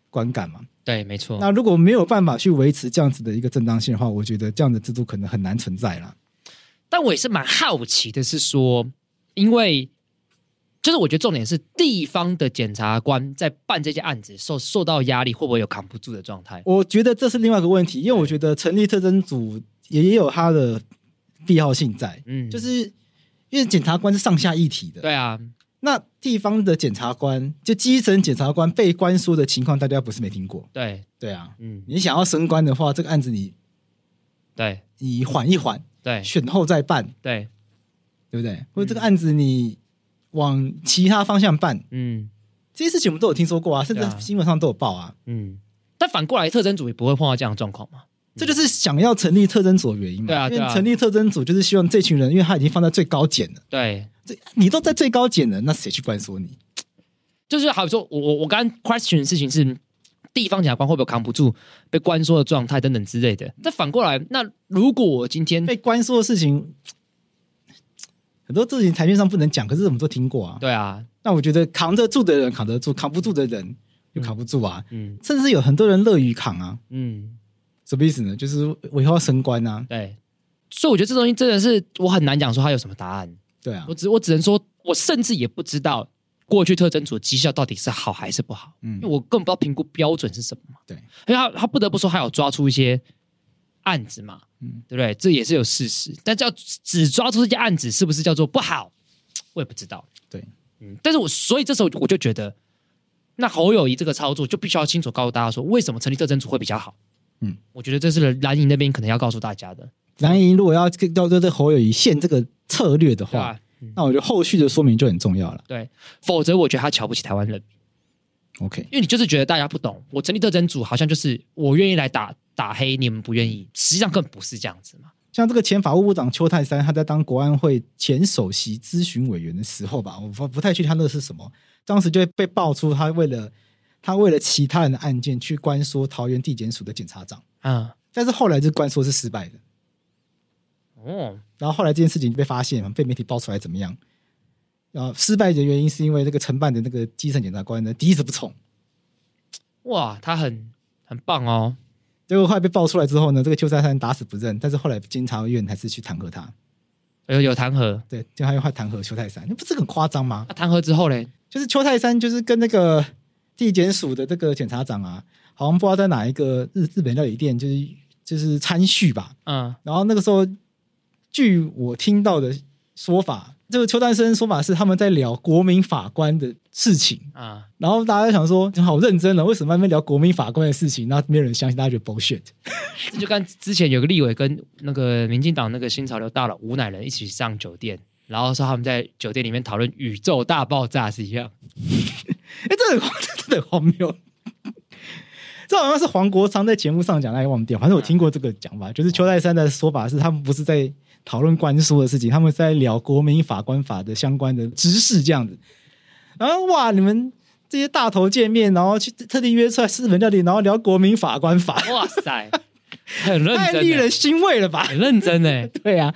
观感嘛。
对，没错。
那如果没有办法去维持这样子的一个正当性的话，我觉得这样的制度可能很难存在啦。
但我也是蛮好奇的，是说，因为就是我觉得重点是地方的检察官在办这些案子受受到压力，会不会有扛不住的状态？
我觉得这是另外一个问题，因为我觉得成立特征组也也有它的必要性在，
嗯，
就是因为检察官是上下一体的，
对啊，
那地方的检察官就基层检察官被关说的情况，大家不是没听过，
对，
对啊，
嗯，
你想要升官的话，这个案子你
对，
你缓一缓，
对，嗯
选后再办，
对，
对不对？或者这个案子你往其他方向办，
嗯
这些事情我们都有听说过啊，甚至
对啊
新闻上都有报啊。
嗯。但反过来，特征组也不会碰到这样的状况嘛？
这就是想要成立特征组的原因嘛。
对啊
因
对啊
为成立特征组就是希望这群人，因为他已经放在最高检了，
对，
这你都在最高检了，那谁去关说你？
就是好比说，我我我刚刚 question 的事情是地方检察官会不会扛不住被关说的状态等等之类的。但反过来，那如果我今天
被关说的事情，很多事情台面上不能讲，可是我们都听过啊。
对啊，
那我觉得扛得住的人扛得住，扛不住的人就扛不住啊。
嗯
甚至有很多人乐于扛啊，
嗯，
什么意思呢？就是我以后要升官啊，
对。所以我觉得这东西真的是我很难讲说它有什么答案。
对啊
我，只我只能说，我甚至也不知道过去特征组的绩效到底是好还是不好，
嗯
因为我根本不知道评估标准是什么嘛。
对，
因为他他不得不说，他有抓出一些案子嘛，
嗯
对不对？这也是有事实，但叫只抓出这些案子，是不是叫做不好？我也不知道。
对，
嗯，但是我所以这时候我就觉得，那侯友谊这个操作就必须要清楚告诉大家说，为什么成立特征组会比较好。
嗯，
我觉得这是蓝营那边可能要告诉大家的，
蓝营如果要要对这侯友谊现这个策略的
对啊吧
话，？那我觉得后续的说明就很重要了。
对，否则我觉得他瞧不起台湾人。
OK，
因为你就是觉得大家不懂，我成立特征组好像就是我愿意来打打黑，你们不愿意，实际上根本不是这样子嘛。
像这个前法务部长邱泰山，他在当国安会前首席咨询委员的时候吧，我不不太确定他那个是什么，当时就被爆出他为了他为了其他人的案件去关说桃园地检署的检察长，
嗯，
但是后来这关说是失败的，
哦，
然后后来这件事情被发现，被媒体爆出来怎么样？然后失败的原因是因为这个承办的那个基层检察官呢敌视不从，
哇，他很很棒哦，
结果后来被爆出来之后呢，这个邱泰山打死不认，但是后来监察院还是去弹劾他，
有有弹劾，
对，就他又换弹劾邱泰山，那不是很夸张吗？
那弹劾之后嘞，
就是邱泰山就是跟那个地检署的这个检察长啊，好像不知道在哪一个日日本料理店，就是就是参叙吧。
嗯
然后那个时候，据我听到的说法，这个邱泰山说法是他们在聊国民法官的事情，
啊，
然后大家就想说好认真了，哦为什么在那边聊国民法官的事情？然后没有人相信，大家觉得 bullshit。
这就跟之前有个立委跟那个民进党那个新潮流大佬吴乃仁一起上酒店，然后说他们在酒店里面讨论宇宙大爆炸是一样，
哎，这很荒 真的很荒谬。这好像是黄国昌在节目上讲，那也忘掉。反正我听过这个讲法，就是邱泰山的说法是，他们不是在讨论官说的事情，他们是在聊国民法官法的相关的知识这样子。然后哇，你们这些大头见面，然后去特地约出来私人料理，然后聊国民法官法，
哇塞，很认
太
真
令人
欸，
欣慰了吧？
很认真哎，
对啊，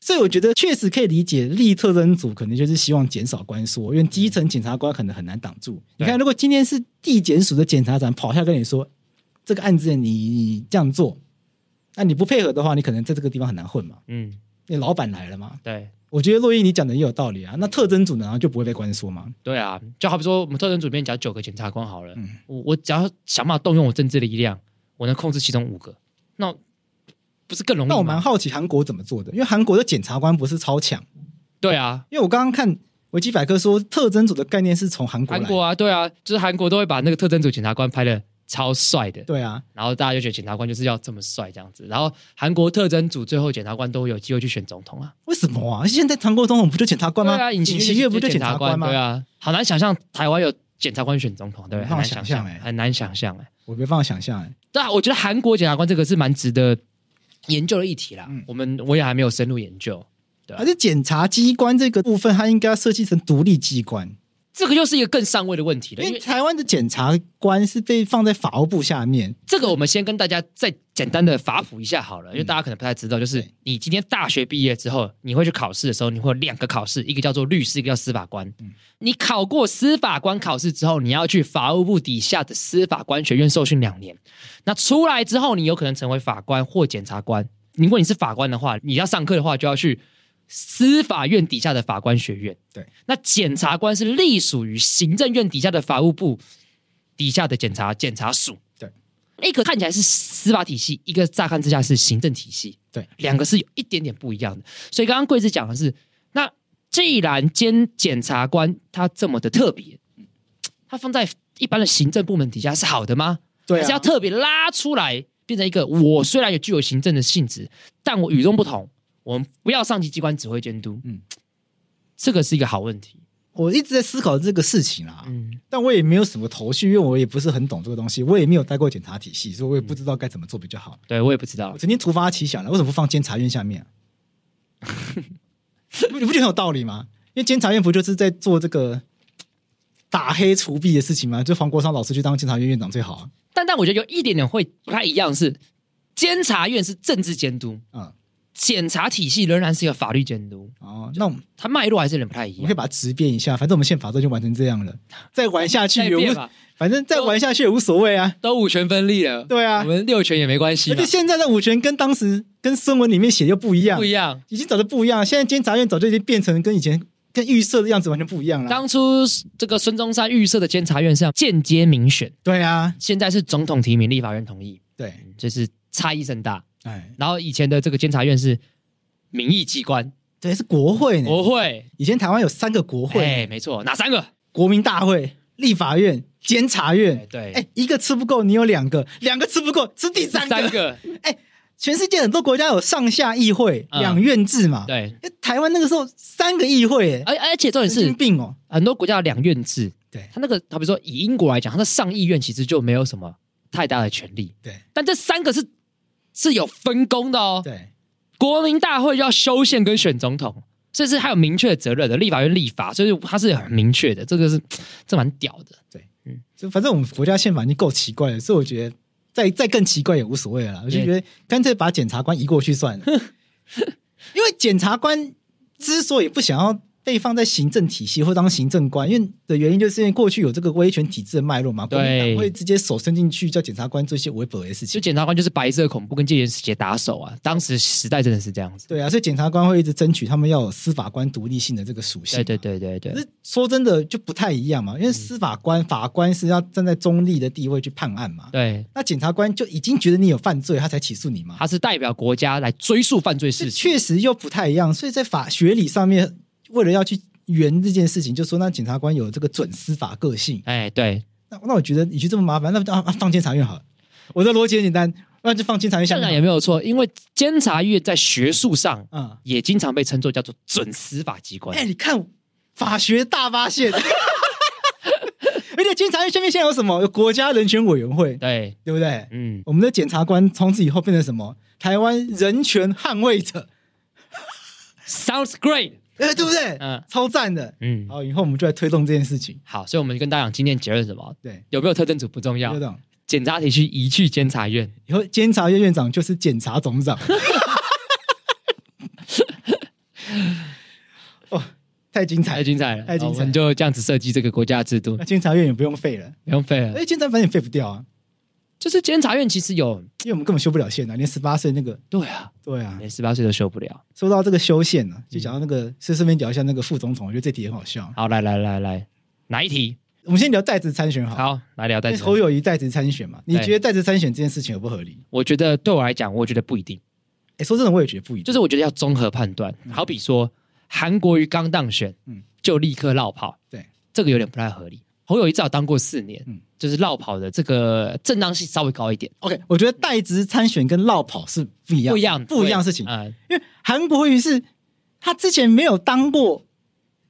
所以我觉得确实可以理解，立特征组可能就是希望减少官缩，因为
嗯
基层检察官可能很难挡住。你看，如果今天是地检署的检察长跑下跟你说，这个案子你你这样做，那你不配合的话，你可能在这个地方很难混嘛。
嗯，
因为老板来了嘛，
对。
我觉得洛伊你讲的也有道理啊。那特征组难道就不会被官缩吗？
对啊，就好比说我们特侦组里面讲九个检察官好了，
嗯
我我只要想办法动用我政治力量，我能控制其中五个，那不是更容易吗？
那我蛮好奇韩国怎么做的，因为韩国的检察官不是超强，
对啊，
因为我刚刚看维基百科说特征组的概念是从韩国
韩
来
国
的。
啊，对啊，就是韩国都会把那个特侦组检察官拍的超帅的，
对啊，
然后大家就觉得检察官就是要这么帅这样子，然后韩国特侦组最后检察官都有机会去选总统啊，
为什么啊？现在韩国总统不就检察官
对
吗？
啊，尹
尹
锡
锡
悦
悦不就检
检
察官吗？
对啊，好难想象台湾有检察官选总统，对不
没办
对？很
法
难想
想象
象，
欸
很难想象哎、
我没办法想象、欸，
对啊，我觉得韩国检察官这个是蛮值得研究的议题啦。
嗯
我们我也还没有深入研究，对啊
而且检察机关这个部分，它应该要设计成独立机关，
这个又是一个更上位的问题了。
因
因
为
为
台湾的检察官是被放在法务部下面，
这个，我们先跟大家再简单的法普一下好了，因为大家可能不太知道，就是
嗯对
你今天大学毕业之后，你会去考试的时候，你会有两个考试，一个叫做律师，一个叫司法官。
嗯
你考过司法官考试之后，你要去法务部底下的司法官学院受训两年。那出来之后，你有可能成为法官或检察官。如果你是法官的话，你要上课的话，就要去司法院底下的法官学院。
对，
那检察官是隶属于行政院底下的法务部底下的检察检察署。
对，
一个看起来是司法体系，一个乍看之下是行政体系。
对，
两个是有一点点不一样的。所以刚刚贵子讲的是，那既然兼检察官他这么的特别，他放在一般的行政部门底下是好的吗？
对
还是要
啊，
特别拉出来，变成一个我虽然也具有行政的性质，但我与众不同。我们不要上级机关指挥监督，嗯
嗯，
这个是一个好问题。
我一直在思考这个事情啦，
嗯，
但我也没有什么头绪，因为我也不是很懂这个东西，我也没有待过检察体系，所以我也
嗯
不知道该怎么做比较好。
对我也不知道
我，曾经突发奇想了，为什么不放监察院下面、 啊？你不你不觉得很有道理吗？因为监察院不就是在做这个打黑除弊的事情吗？就黄国昌老师去当监察院院长最好啊。
但但我觉得有一点点会不太一样是，监察院是政治监督，
嗯，
检察体系仍然是一个法律监督，
哦，那我们
它脉络还是有点不太一
我们可以
样。
把它直变一下，反正我们宪法都已经完成这样了，再玩下去
再
也无
变，吧，
反正再玩下去也无所谓啊。
都五权分立了，
对啊
我，们六权也没关系
而
嘛
且，现在的五权跟当时跟孙文里面写又不一样
不，一样。
已经早就不一样了。现在监察院早就已经变成跟以前跟预设的样子完全不一样了。
当初这个孙中山预设的监察院是要间接民选，
对啊，
现在是总统提名，立法院同意，嗯
对，
就是差异甚大。
哎，
然后以前的这个监察院是民意机关，
对，是国会呢。
国会，
以前台湾有三个国嗯会，
哎，没错，哪三个？
国民大会、立法院、监察
哎
院。
对，
哎，一个吃不够，你有两个；两个吃不够，吃第三个。
三个，
全世界很多国家有上下议会、
嗯
两院制嘛。
对，
哎台湾那个时候三个议会，哎，
而而且重点
神
是
经，病哦。
很多国家有两院制，
对
他那个，好比说以英国来讲，他的上议院其实就没有什么太大的权利，
对
但这三个是是有分工的哦。
对
国民大会要修宪跟选总统，这是还有明确的责任的，立法院立法，所以它是很明确的，这个是这蛮屌的。
对，嗯，就反正我们国家宪法已经够奇怪了，所以我觉得再再更奇怪也无所谓了啦。我就觉得干脆 把检察官移过去算了，因为检察官之所以不想要被放在行政体系或当行政官，因为的原因就是因为过去有这个威权体制的脉络嘛，
对
国民党会直接手伸进去叫检察官做一些违法的事
就
情。
检察官就是白色恐怖跟戒严时期的打手啊，当时时代真的是这样子。
对啊，所以检察官会一直争取他们要有司法官独立性的这个属性。
对对。嗯对对对
可是说真的就不太一样嘛，因为司法官、法官是要站在中立的地位去判案嘛。
对，
那检察官就已经觉得你有犯罪，他才起诉你嘛。
他是代表国家来追溯犯罪
这
事情。
确实又不太一样，所以在法学理上面，为了要去圆这件事情，就说那检察官有这个准司法个性。
哎，对，
那那我觉得你去这么麻烦，那不就啊啊放监察院好了。我的逻辑很简单，那就放监察院下
当然也
面。
没有错，因为监察院在学术上
嗯，
也经常被称作叫做准司法机关
哎、。你看法学大发 现，而且监察院下面现在有什么？有国家人权委员会，
对，
对不对？
嗯，
我们的检察官从此以后变成什么？台湾人权捍卫者，
Sounds great。
哎、对不对？
嗯
超赞的。
嗯，
好，以后我们就来推动这件事情。
好，所以我们跟大家讲今天结论是什么？
对，
有没有特征组不重要
就，这样。
检察体系移去监察院。
以后监察院院长就是检察总长。 哦，太精彩
太
了！
精彩了，哦
太精彩了哎
我们就这样子设计这个国家制度
那，监察院也不用废了，
不用废
而
了。
且监察反正也废不掉啊，
就是监察院其实有，
因为我们根本修不了宪啊，连十八岁那个，
对啊，
对啊。
连十八岁都修不了。
说到这个修宪呢、啊，就讲到那个，是顺便聊一下那个副总统，我觉得这题很好笑。
好，来来来来，哪一题？
我们先聊在职参选好了，
好，来聊
因
代
为
职。
侯友谊在职参选嘛，你
对
觉得在职参选这件事情合不合理？
我觉得对我来讲，我觉得不一定。
哎，说真的，我也觉得不一定，
就是我觉得要综合判断。好比说，韩国瑜刚当选，
嗯
就立刻落跑，
对，
这个有点不太合理。侯友谊至少当过四年，
嗯
就是落跑的这个正当性稍微高一点，
OK，我觉得代职参选跟绕跑是不一样，
不一样，
不一样的事情。
嗯，
因为韩国瑜是他之前没有当过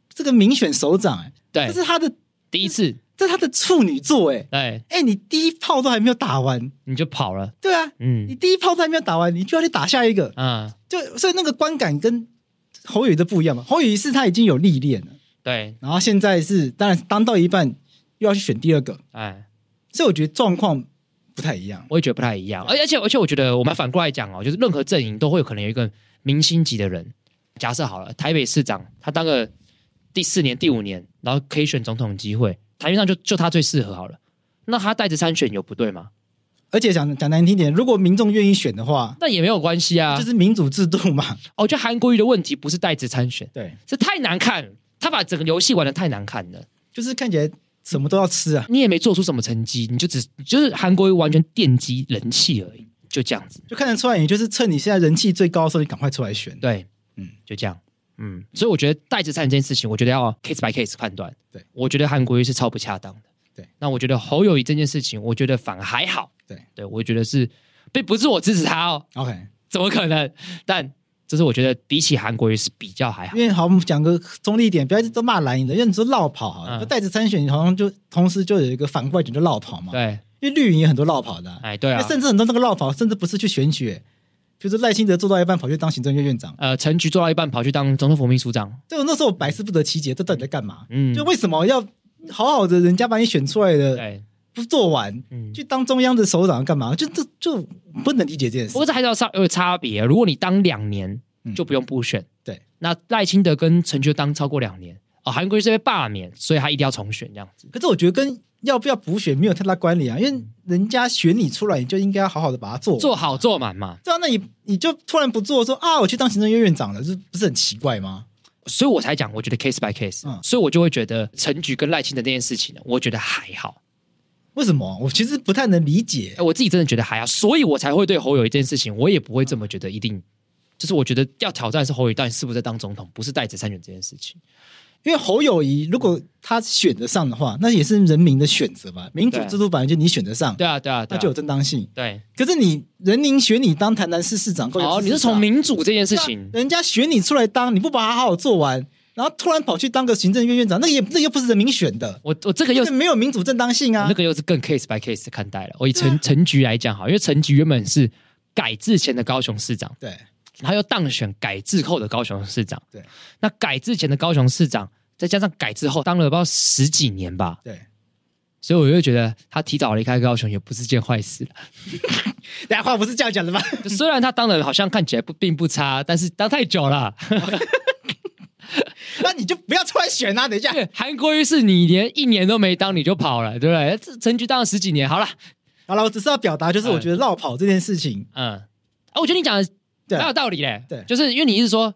这个民选首长、哎，
对
这，是他的
第一次，
这是他的处女座、哎
对，
哎，你第一炮都还没有打完，
你就跑了，
对啊，你
嗯
第一炮都还没有打完，你就要去打下一个，
嗯，
就所以那个观感跟侯友宜的不一样嘛。侯友宜是他已经有历练了，
对，
然后现在是当然当到一半又要去选第二个，
哎，
所以我觉得状况不太一样。
我也觉得不太一样。而而且而且，我觉得我们反过来讲哦，就是任何阵营都会有可能有一个明星级的人。假设好了，台北市长他当个第四年、第五年，然后可以选总统机会，台面上就就他最适合好了。那他带着参选有不对吗？
而且讲讲难听点，如果民众愿意选的话，
那也没有关系啊。
就
就是
是民主制度嘛。
我觉得韩国瑜的问题不是带着参选，
对，
是太难看，他把整个游戏玩的太难看了。
就是看起来什么都要吃啊，
你也没做出什么成绩，你就只就是韩国瑜完全奠基人气而已，就这样子。
就看得出来，你就是趁你现在人气最高的时候，你赶快出来选。
对，嗯
嗯，
就这样，嗯，所以我觉得代职参选这件事情，我觉得要 case by case 判断。
对，
我觉得韩国瑜是超不恰当的。
对，
那我觉得侯友谊这件事情，我觉得反而还好。
对，
对我觉得是，并不是我支持他哦，
OK，
怎么可能？但这是我觉得比起韩国瑜是比较还好
因。为好，我们讲个中立一点，不要一直都骂蓝营的，因为你说绕跑好了，
嗯
就带着参选，好像就同时就有一个反过来点就绕跑嘛。，
对，啊
因为绿营也很多绕跑的啊、
哎，对啊
那，甚至很多那个绕跑，甚至不是去选举、欸比如说赖清德做到一半跑去当行政院院长，
呃，陈局做到一半跑去当总统府秘书长，
对我那时候我百思不得其解，这到底在干嘛？
嗯，
就为什么要好好的人家把你选出来的
对，
不做完，
嗯。
去当中央的首长干嘛？就这就不能理解这件
不
事
过。这还是要稍有差别。啊如果你当两年，
嗯
就不用补选。
对，
那赖清德跟陈菊当超过两年，哦，韩国瑜是被罢免，所以他一定要重选这样子。
可是我觉得跟要不要补选没有太大关联啊，因为人家选你出来，你就应该要好好的把它做完
嗯做好做满嘛，
对啊，那你你就突然不做说啊，我去当行政院院长了，这不是很奇怪吗？
所以我才讲，我觉得 case by case，、
嗯
所以我就会觉得陈菊跟赖清德这件事情呢，我觉得还好，
为什么？我其实不太能理解
哎。我自己真的觉得还好，所以我才会对侯友谊这件事情，我也不会这么觉得一定。就是我觉得要挑战是侯友谊到底是不是在当总统，不是代职参选这件事情。
因为侯友谊如果他选得上的话，那也是人民的选择吧。民主制度本来就你选得上，
对啊，对啊，对
那
啊
就有正当性。
对。
可是你人民选你当台南市市长，高雄
哦，
市
你是
市长
从民主这件事
对啊
情，
人家选你出来当，你不把它好好做完，然后突然跑去当个行政院院长，那个也那个又不是人民选的，
我我这个又
那个没有民主正当性啊
那。个又是更 case by case 看待了。我以陈陈局来讲好，因为陈局原本是改制前的高雄市长，
对，
他又当选改制后的高雄市长。
对，
那改制前的高雄市长，再加上改制后当了不知道十几年吧，
对，
所以我就觉得他提早离开高雄也不是件坏 事了。
大家话不是这样讲 的吧？
就 虽然他当的好像看起来不并不差，但是当太久了。
那你就不要出来选啊！等一下，
对，韩国瑜是你连一年都没当你就跑了，对不对？这陈局当了十几年，好了，
好了，我只是要表达，
哎
就是我觉得绕跑这件事情，
嗯，啊，我觉得你讲的
对
蛮有道理嘞，
对
就是因为你一直说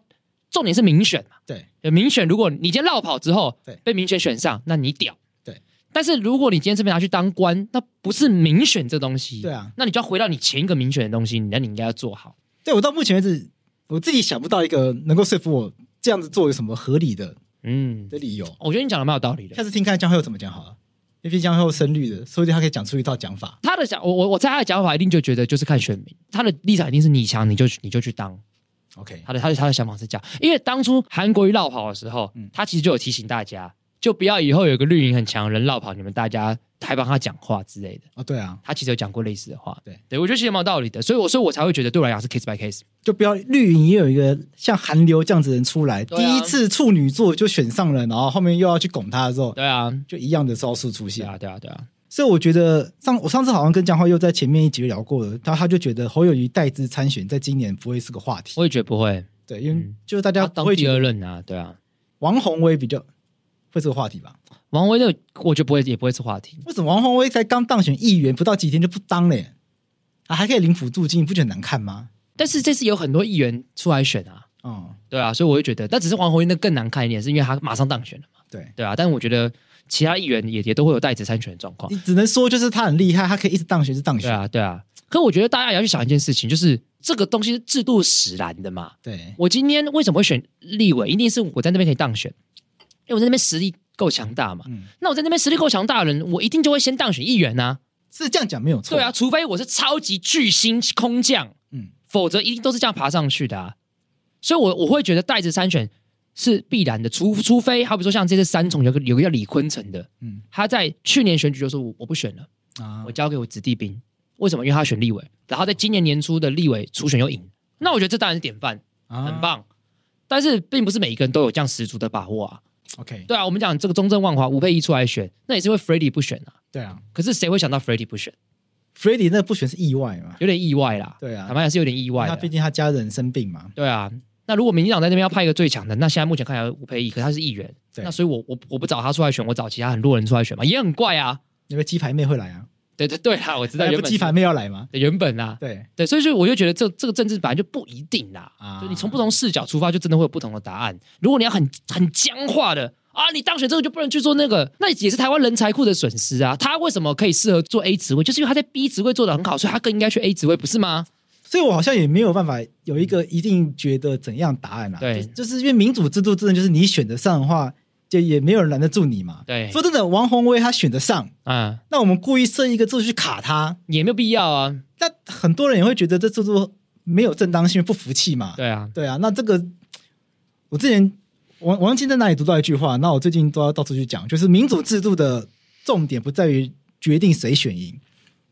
重点是民选嘛，
对
呃民选如果你今天绕跑之后，
对
被民选选上，那你屌，
对。
但是如果你今天这边拿去当官，那不是民选这东西，
对啊
那你就要回到你前一个民选的东西，那你应该要做好。
对我到目前为止，我自己想不到一个能够说服我这样子做有什么合理的
嗯，
的理由。
我觉得你讲的蛮有道理的
下。次听看江惠佑怎么讲好了，因为毕竟江惠佑深绿的，说不定他可以讲出一套讲法。
他的讲，我我我猜他的讲法一定就觉得就是看选民，他的立场一定是你强你就去你就去当，
OK，
他的他的他的想法是这样，因为当初韩国瑜绕跑的时候，
嗯
他其实就有提醒大家，就不要以后有个绿营很强的人绕跑，你们大家还帮他讲话之类的。
哦，对啊，
他其实有讲过类似的话，
对
对，我觉得其实蛮有道理的，所以我所以我才会觉得对我来讲是 case by case。
就不要绿营也有一个像韩流这样子的人出来，
对啊
第一次处女座就选上了，然后后面又要去拱他的时候，
对啊，
就一样的招数出
对
现。
啊，对啊，对啊，
所以我觉得上我上次好像跟江惠佑在前面一集就聊过了，然后他就觉得侯友谊代资参选在今年不会是个话题，
我也觉得不会，
对，因为
嗯
就是大家
他
不
当
会
第
觉
二
得
任啊，对啊，
王宏威比较会是个话题吧？
王威的我觉得不会也不会是话题，
为什么王宏威才刚当选议员不到几天就不当了耶？啊，还可以领辅助金，你不觉得很难看吗？
但是这次有很多议员出来选啊，
哦、
对啊，所以我就觉得，但只是黄宏英那更难看一点，是因为他马上当选了嘛，
对，
对啊，但我觉得其他议员也也都会有代职参选的状况。
你只能说就是他很厉害，他可以一直当选就当
对
选。
啊，对啊。可我觉得大家也要去想一件事情，就是这个东西是制度使然的嘛。
对
我今天为什么会选立委，一定是我在那边可以当选，因为我在那边实力够强大嘛。
嗯
那我在那边实力够强大的人，我一定就会先当选议员呐、
是这样讲没有错。
对啊，，除非我是超级巨星空降，
嗯，
否则一定都是这样爬上去的、啊。所以我，我会觉得带着参选是必然的，除除非好比说像这次三重有个有个叫李坤城的，
嗯
他在去年选举就说我我不选了，
啊
我，交给我子弟兵。为什么？因为他选立委，然后在今年年初的立委初选又赢。那我觉得这当然是典范，
啊
很棒。但是并不是每一个人都有这样十足的把握啊。
OK，
对啊，我们讲这个中正万华吴佩仪出来选，那也是因为 f r e d d y 不选啊。
对啊
可是谁会想到 f r e d d y 不选？
，Freddy 那不选是意外嘛？
有点意外啦。
对啊
坦白讲是有点意外
他毕
的。
竟他家人生病嘛，
对啊，那如果民进党在那边要派一个最强的，那现在目前看起来吴佩仪，可他是议员，
对
那所以我我我不找他出来选，我找其他很弱人出来选嘛，也很怪啊。
那个鸡排妹会来啊，
对对对啊，我知道
那
原
不
本
鸡排妹要来吗？
对原本啊，
对，
对，所以就我就觉得这这个政治本来就不一定啦，
啊
就你从不同视角出发，就真的会有不同的答案。如果你要很很僵化的啊，你当选这个就不能去做那个，那也是台湾人才库的损失啊。他为什么可以适合做 A 职位，就是因为他在 B 职位做的很好，所以他更应该去 A 职位，不是吗？
所以我好像也没有办法有一个一定觉得怎样答案啊。
对
就就是因为民主制度真的就是你选得上的话，就也没有人拦得住你嘛。
对
说真的，王宏威他选得上，
嗯，
那我们故意设一个制度去卡他，
也没有必要啊。
那很多人也会觉得这制度没有正当性，不服气嘛。
对啊，
对啊，那这个我之前我我忘记在哪里读到一句话，那我最近都要到处去讲，就是民主制度的重点不在于决定谁选赢，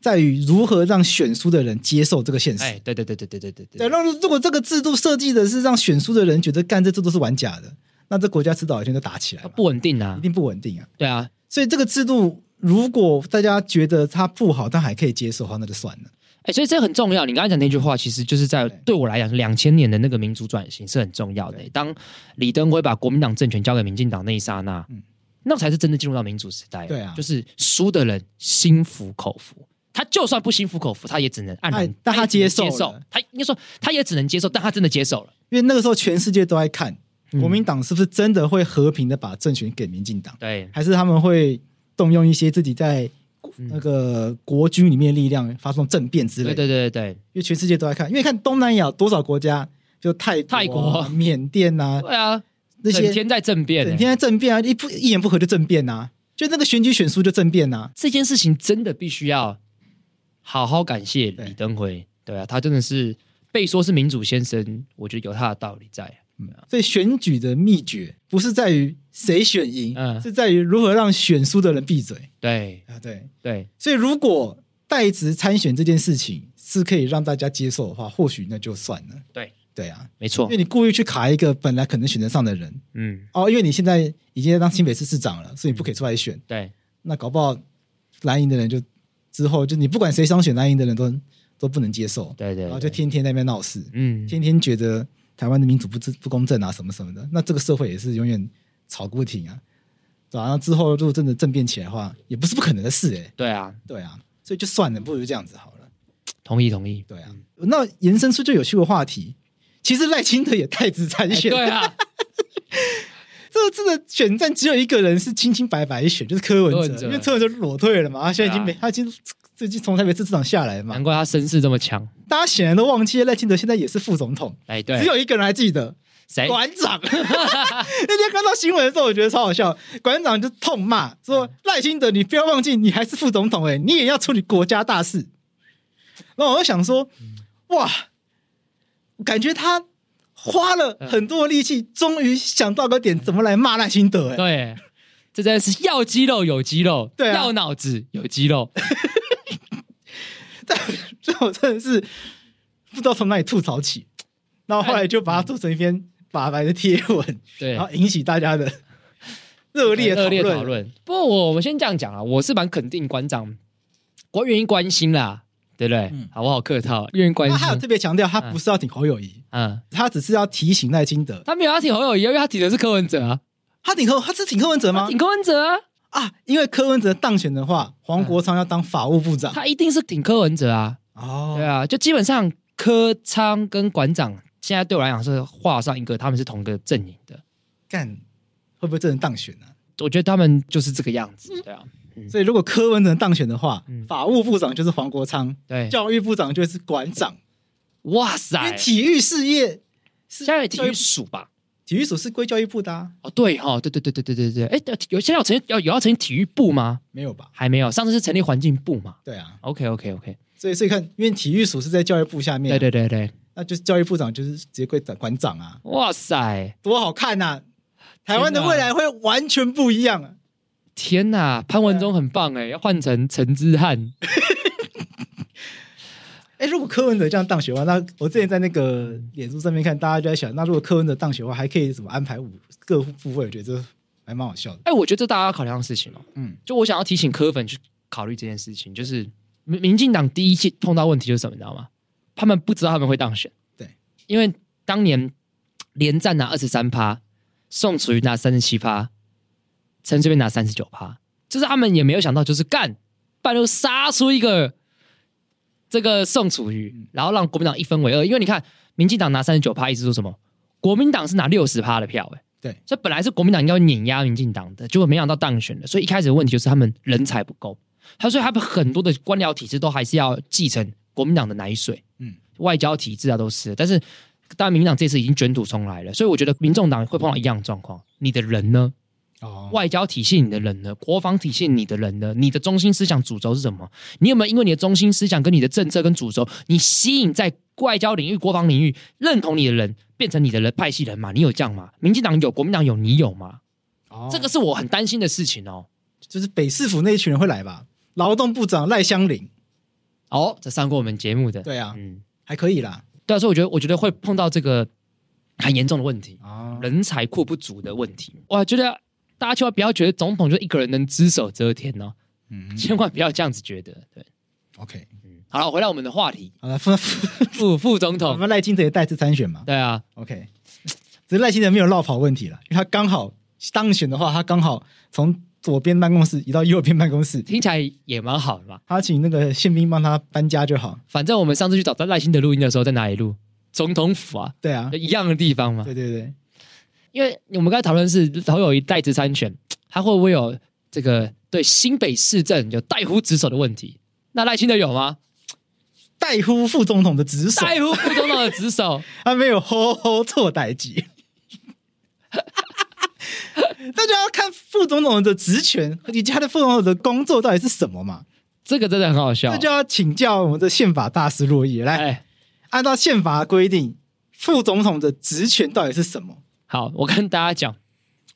在于如何让选输的人接受这个现实。
哎，对对对对对对对
对，那如果这个制度设计的是让选输的人觉得干这制度是玩假的，那这国家迟早有一天就打起来嘛，
不稳定啊
一。定不稳定啊。
对啊，
所以这个制度如果大家觉得它不好，但还可以接受的话，那就算了。
哎，所以这很重要。你刚才讲那句话，其实就是在
对
对我来讲，两千年的那个民主转型是很重要的
对。
当李登辉把国民党政权交给民进党那一刹那，
嗯
那才是真的进入到民主时代。
对啊
就是输的人心服口服，他就算不心服口服，他也只能黯然
哎，但他
也只
接
能
受
接受
了，
他应该说他也只能接受，但他真的接受了。
因为那个时候全世界都在看
嗯
国民党是不是真的会和平的把政权给民进党，
对，
还是他们会动用一些自己在
嗯
那个国军里面的力量发动政变之类的。
对对对对对，
因为全世界都在看，因为看东南亚有多少国家，就泰国啊、
泰国
缅甸啊
对啊，
那些
整天在政变欸，
整天在政变啊，一不一言不合就政变呐、啊就那个选举选输就政变啊呐、
这件事情真的必须要好好感谢李登辉，对啊，他真的是被说是民主先生，我觉得有他的道理在。啊
所以选举的秘诀不是在于谁选赢，
嗯
是在于如何让选输的人闭嘴
对
啊。对，
对，
所以如果代职参选这件事情是可以让大家接受的话，或许那就算了。
对
对啊，
没
因
错
为，你故意去卡一个本来可能选得上的人
嗯，
哦，因为你现在已经在当新北市市长了，所以你不可以出来选。
对，
那搞不好蓝营的人就之后就你不管谁当选蓝营的人都都不能接受，
对对
然后
对，
就天天在那边闹事。
嗯，
天天觉得台湾的民主不知不公正啊，什么什么的，那这个社会也是永远吵不停啊，对吧、然后之后如果真的政变起来的话，也不是不可能的事哎、
对啊，
对啊，所以就算了，不如这样子好了，
同意同意。
对啊。
嗯
那延伸出就有趣的话题，其实赖清德也太子参
哎
选，
对 啊，
这这个选战只有一个人是清清白白选，就是柯文哲，
柯文哲
因为柯文哲裸退了嘛，他现在已经没，
对啊
他已经最近从台北市市长下来嘛
难，怪他身世这么强。
大家显然都忘记了赖清德现在也是副总统，
哎，
只
对，哎
有一个人还记得。
谁？
馆长 那天看到新闻的时候，我觉得超好笑。馆长就痛骂说：“
嗯
赖清德，你不要忘记，你还是副总统哎、你也要处理国家大事。”然后我就想说，
嗯
哇，感觉他花了
嗯
很多力气，终于想到个点，怎么来骂赖清德哎、
对，这真的是要肌肉有肌肉，
对啊
要脑子有肌肉。
但 最后真的是不知道从哪里吐槽起，然后后来就把它做成一篇法白的贴文，
对，
然后引起大家的热烈
热烈讨
讨论。
论。不过我我们先这样讲啊，我是蛮肯定馆长关愿意关心啦，对不对？
嗯
好不好客套？愿意关
他
心，
还有特别强调，他不是要挺侯友谊，
嗯，
他只是要提醒赖清德。
他没有要挺侯友谊，因为他挺的是柯文哲啊，
他挺柯，他是挺柯文哲
他
吗
挺？柯文哲啊，
啊，因为柯文哲当选的话，黄国昌要当法务部长。
他一定是挺柯文哲啊，对
哦，
啊，就基本上柯昌跟馆长现在对我来讲是画上一个，他们是同个阵营的，
干会不会真的当选啊？
我觉得他们就是这个样
嗯
子，对啊，
所以如果柯文哲当选的话
嗯，
法务部长就是黄国昌，
对，
教育部长就是馆长，
哇
因为
塞，
体育事业是
现在有体
教
育
育
署吧？
体育署是归教育部的啊，
哦，对哈、哦，对对对对对对对，哎，有现在有成立有有要成立体育部吗？
没有吧？
还没有，上次是成立环境部嘛
对啊，
？OK OK OK，
所以所以看，因为体育署是在教育部下面，啊
对对，对对，
那就是教育部长就是直接归馆长啊，
哇塞，
多好看呐！台湾的
天哪
未来会完全不一样啊！
天呐，潘文忠很棒哎，要换成陈之汉，
哎，如果柯文哲这样当选的话，那我之前在那个脸书上面看，大家就在想，那如果柯文哲当选的话，还可以怎么安排五各部位？我觉得这还蛮好笑的。
哎，我觉得这大家要考量的事情哦，
嗯，
就我想要提醒柯粉去考虑这件事情，就是民民进党第一期碰到问题就是什么，你知道吗？他们不知道他们会当选，
对，
因为当年连战拿二十三趴，宋楚瑜拿三十七趴，陈水扁拿三十九趴，就是他们也没有想到，就是干半路杀出一个这个宋楚
嗯
瑜，然后让国民党一分为二，因为你看民进党拿三十九趴，意思说什么？国民党是拿六十趴的票、欸，
对，
所以本来是国民党应该碾压民进党的，结果没想到当选了。所以一开始的问题就是他们人才不够，他所以他们很多的官僚体制都还是要继承国民党的奶水，
嗯，
外交体制啊都是。但是当然，民进党这次已经卷土重来了，所以我觉得民众党会碰到一样的状况。你的人呢？
哦，
外交体系你的人呢？国防体系你的人呢？你的中心思想主轴是什么？你有没有因为你的中心思想跟你的政策跟主轴，你吸引在外交领域、国防领域认同你的人，变成你的人派系人嘛？你有这样吗？民进党有，国民党有，你有吗？
哦
这个是我很担心的事情哦。
就是北市府那一群人会来吧？劳动部长赖香林，
哦，这上过我们节目的，
对啊，
嗯，
还可以啦。
对啊，所以我觉得，我觉得会碰到这个很严重的问题，
哦，
人才库不足的问题。我觉得大家千万不要觉得总统就一个人能只手遮天哦，
嗯
千万不要这样子觉得。对，
，OK，
嗯，好了，回到我们的话题，
好了，副副
副副总
我
统，
们赖清德也再次参选嘛
对啊，
，OK，只是赖清德没有落跑问题了，因为他刚好当选的话，他刚好从左边办公室移到右边办公室，
听起来也蛮好的嘛。
他请那个宪兵帮他搬家就好。
反正我们上次去找赖清德录音的时候，在哪里录？总统府啊，
对啊，
一样的地方嘛。
对对对，
因为我们刚才讨论是侯友谊代职参选，他会不会有这个对新北市政有代乎职守的问题？那赖清德有吗？
代呼副总统的职守，
代乎副总统的职守，
他没有吼吼错代级。 大家要看副总统的职权以及他的副总统的工作到底是什么嘛？
这个真的很好笑
这。就要请教我们的宪法大师洛伊来，
哎，
按照宪法规定，副总统的职权到底是什么？
好，我跟大家讲，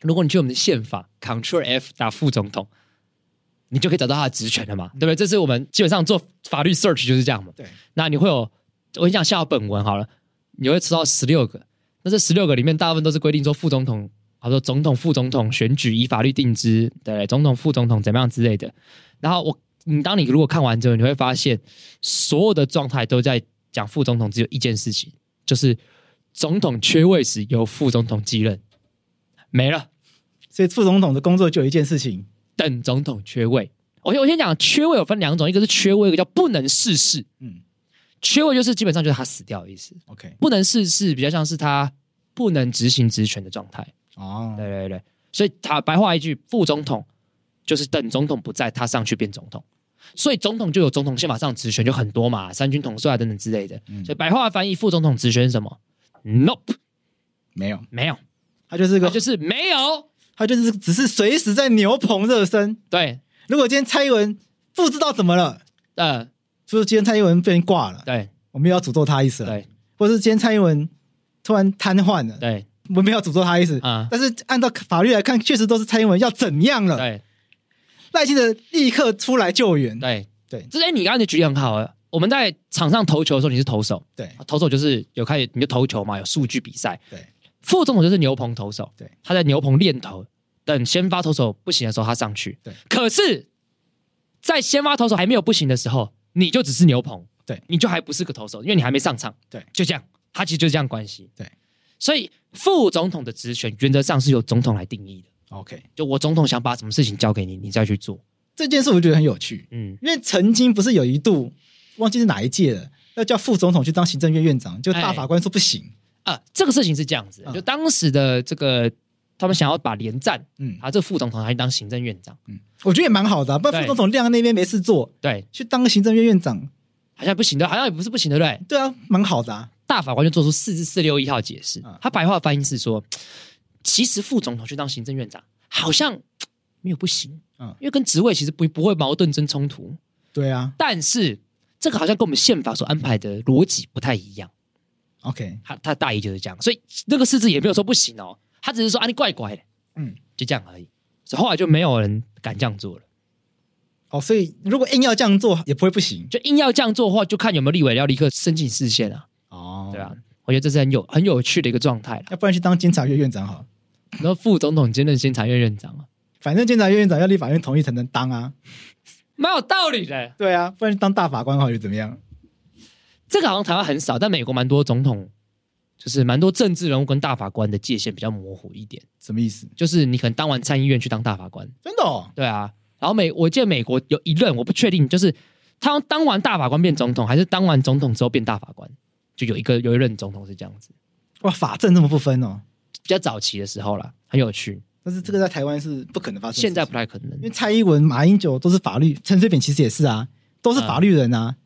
如果你去我们的宪法 Ctrl F 打副总统，你就可以找到他的职权了嘛，对不对？这是我们基本上做法律 search 就是这样嘛。
对，
那你会有，我讲下本文好了，你会吃到十六个。那这十六个里面，大部分都是规定说副总统，好说总统、副总统选举以法律定之，对，总统、副总统怎么样之类的。然后我，你当你如果看完之后，你会发现所有的状态都在讲副总统只有一件事情，就是总统缺位时由副总统继任，没了。
所以副总统的工作就有一件事情，
等总统缺位。我先我先讲缺位有分两种，一个是缺位，一个叫不能逝世。
嗯
缺位就是基本上就是他死掉的意思，
，OK，
不能逝世比较像是他不能执行职权的状态。
哦，
对对对，所以他白话一句，副总统就是等总统不在，他上去变总统。所以总统就有总统宪法上的职权就很多嘛，三军统帅啊等等之类的。
嗯
所以白话翻译副总统职权是什么？Nope，
没有，
没有，
他就是
那
个，
就是没有。
他就是只是随时在牛棚热身。
对，
如果今天蔡英文不知道怎么了，
呃，
就是今天蔡英文被人挂了，
对
我们又要诅咒他一次了，
对
或是今天蔡英文突然瘫痪了，
对
我们没有诅咒他一次。
啊，
但是按照法律来看，确实都是蔡英文要怎样了，
对
赖清德立刻出来救援。
对
对
之前你刚刚的举例很好啊。我们在场上投球的时候，你是投手，啊
对
投手就是有开始你就投球嘛，有数据比赛。
对，
副总统就是牛棚投手，
对，
他在牛棚练投，等先发投手不行的时候，他上去。
对，
可是，在先发投手还没有不行的时候，你就只是牛棚，
对，
你就还不是个投手，因为你还没上场。
对
就这样，他其实就是这样关系。
对，
所以副总统的职权原则上是由总统来定义的，
，OK，
就我总统想把什么事情交给你，你再去做。
这件事我觉得很有趣，
嗯，
因为曾经不是有一度忘记是哪一届了，要叫副总统去当行政院院长，就大
哎
法官说不行。
啊，这个事情是这样子的，
嗯
就当时的这个他们想要把连战，
嗯，
啊，这个副总统还当行政院长，
我觉得也蛮好的、啊，不然
对
副总统晾在那边没事做，
对，
去当个行政院院长，
好像不行的，好像也不是不行的，对不对？
对啊，蛮好的、啊。
大法官就做出四至四六一号解释
嗯，
他白话翻译是说，其实副总统去当行政院长好像嗯没有不行，
嗯
因为跟职位其实不不会矛盾争冲突，
对啊
但是这个好像跟我们宪法所安排的逻辑不太一样，
，OK，
他他大意就是这样，所以那个四字也没有说不行哦，他只是说啊你怪怪的，
嗯，
就这样而已，所以后来就没有人敢这样做了。
哦，所以如果硬要这样做，也不会不行
就硬要这样做的话，就看有没有立委要立刻申请视线啊，
哦
对啊，，我觉得这是很有很有趣的一个状态啦。
要不然去当监察院院长好了，
然后副总统兼任监察院院长啊，
反正监察院院长要立法院同意才能当啊，
蛮有道理的。
对啊，不然当大法官好又怎么样？
这个好像台湾很少，但美国蛮多总统，就是蛮多政治人物跟大法官的界限比较模糊一点。
什么意思？
就是你可能当完参议院去当大法官，
真的、哦？
对啊。然后美，我记得美国有一任，我不确定，就是他当完大法官变总统，还是当完总统之后变大法官，就有一个有一任总统是这样子，
哇，法政这么不分哦。
比较早期的时候啦，很有趣。
但是这个在台湾是不可能发生的事情。
现在不太可能
因为，蔡英文、马英九都是法律，陈水扁其实也是啊，都是法律人啊。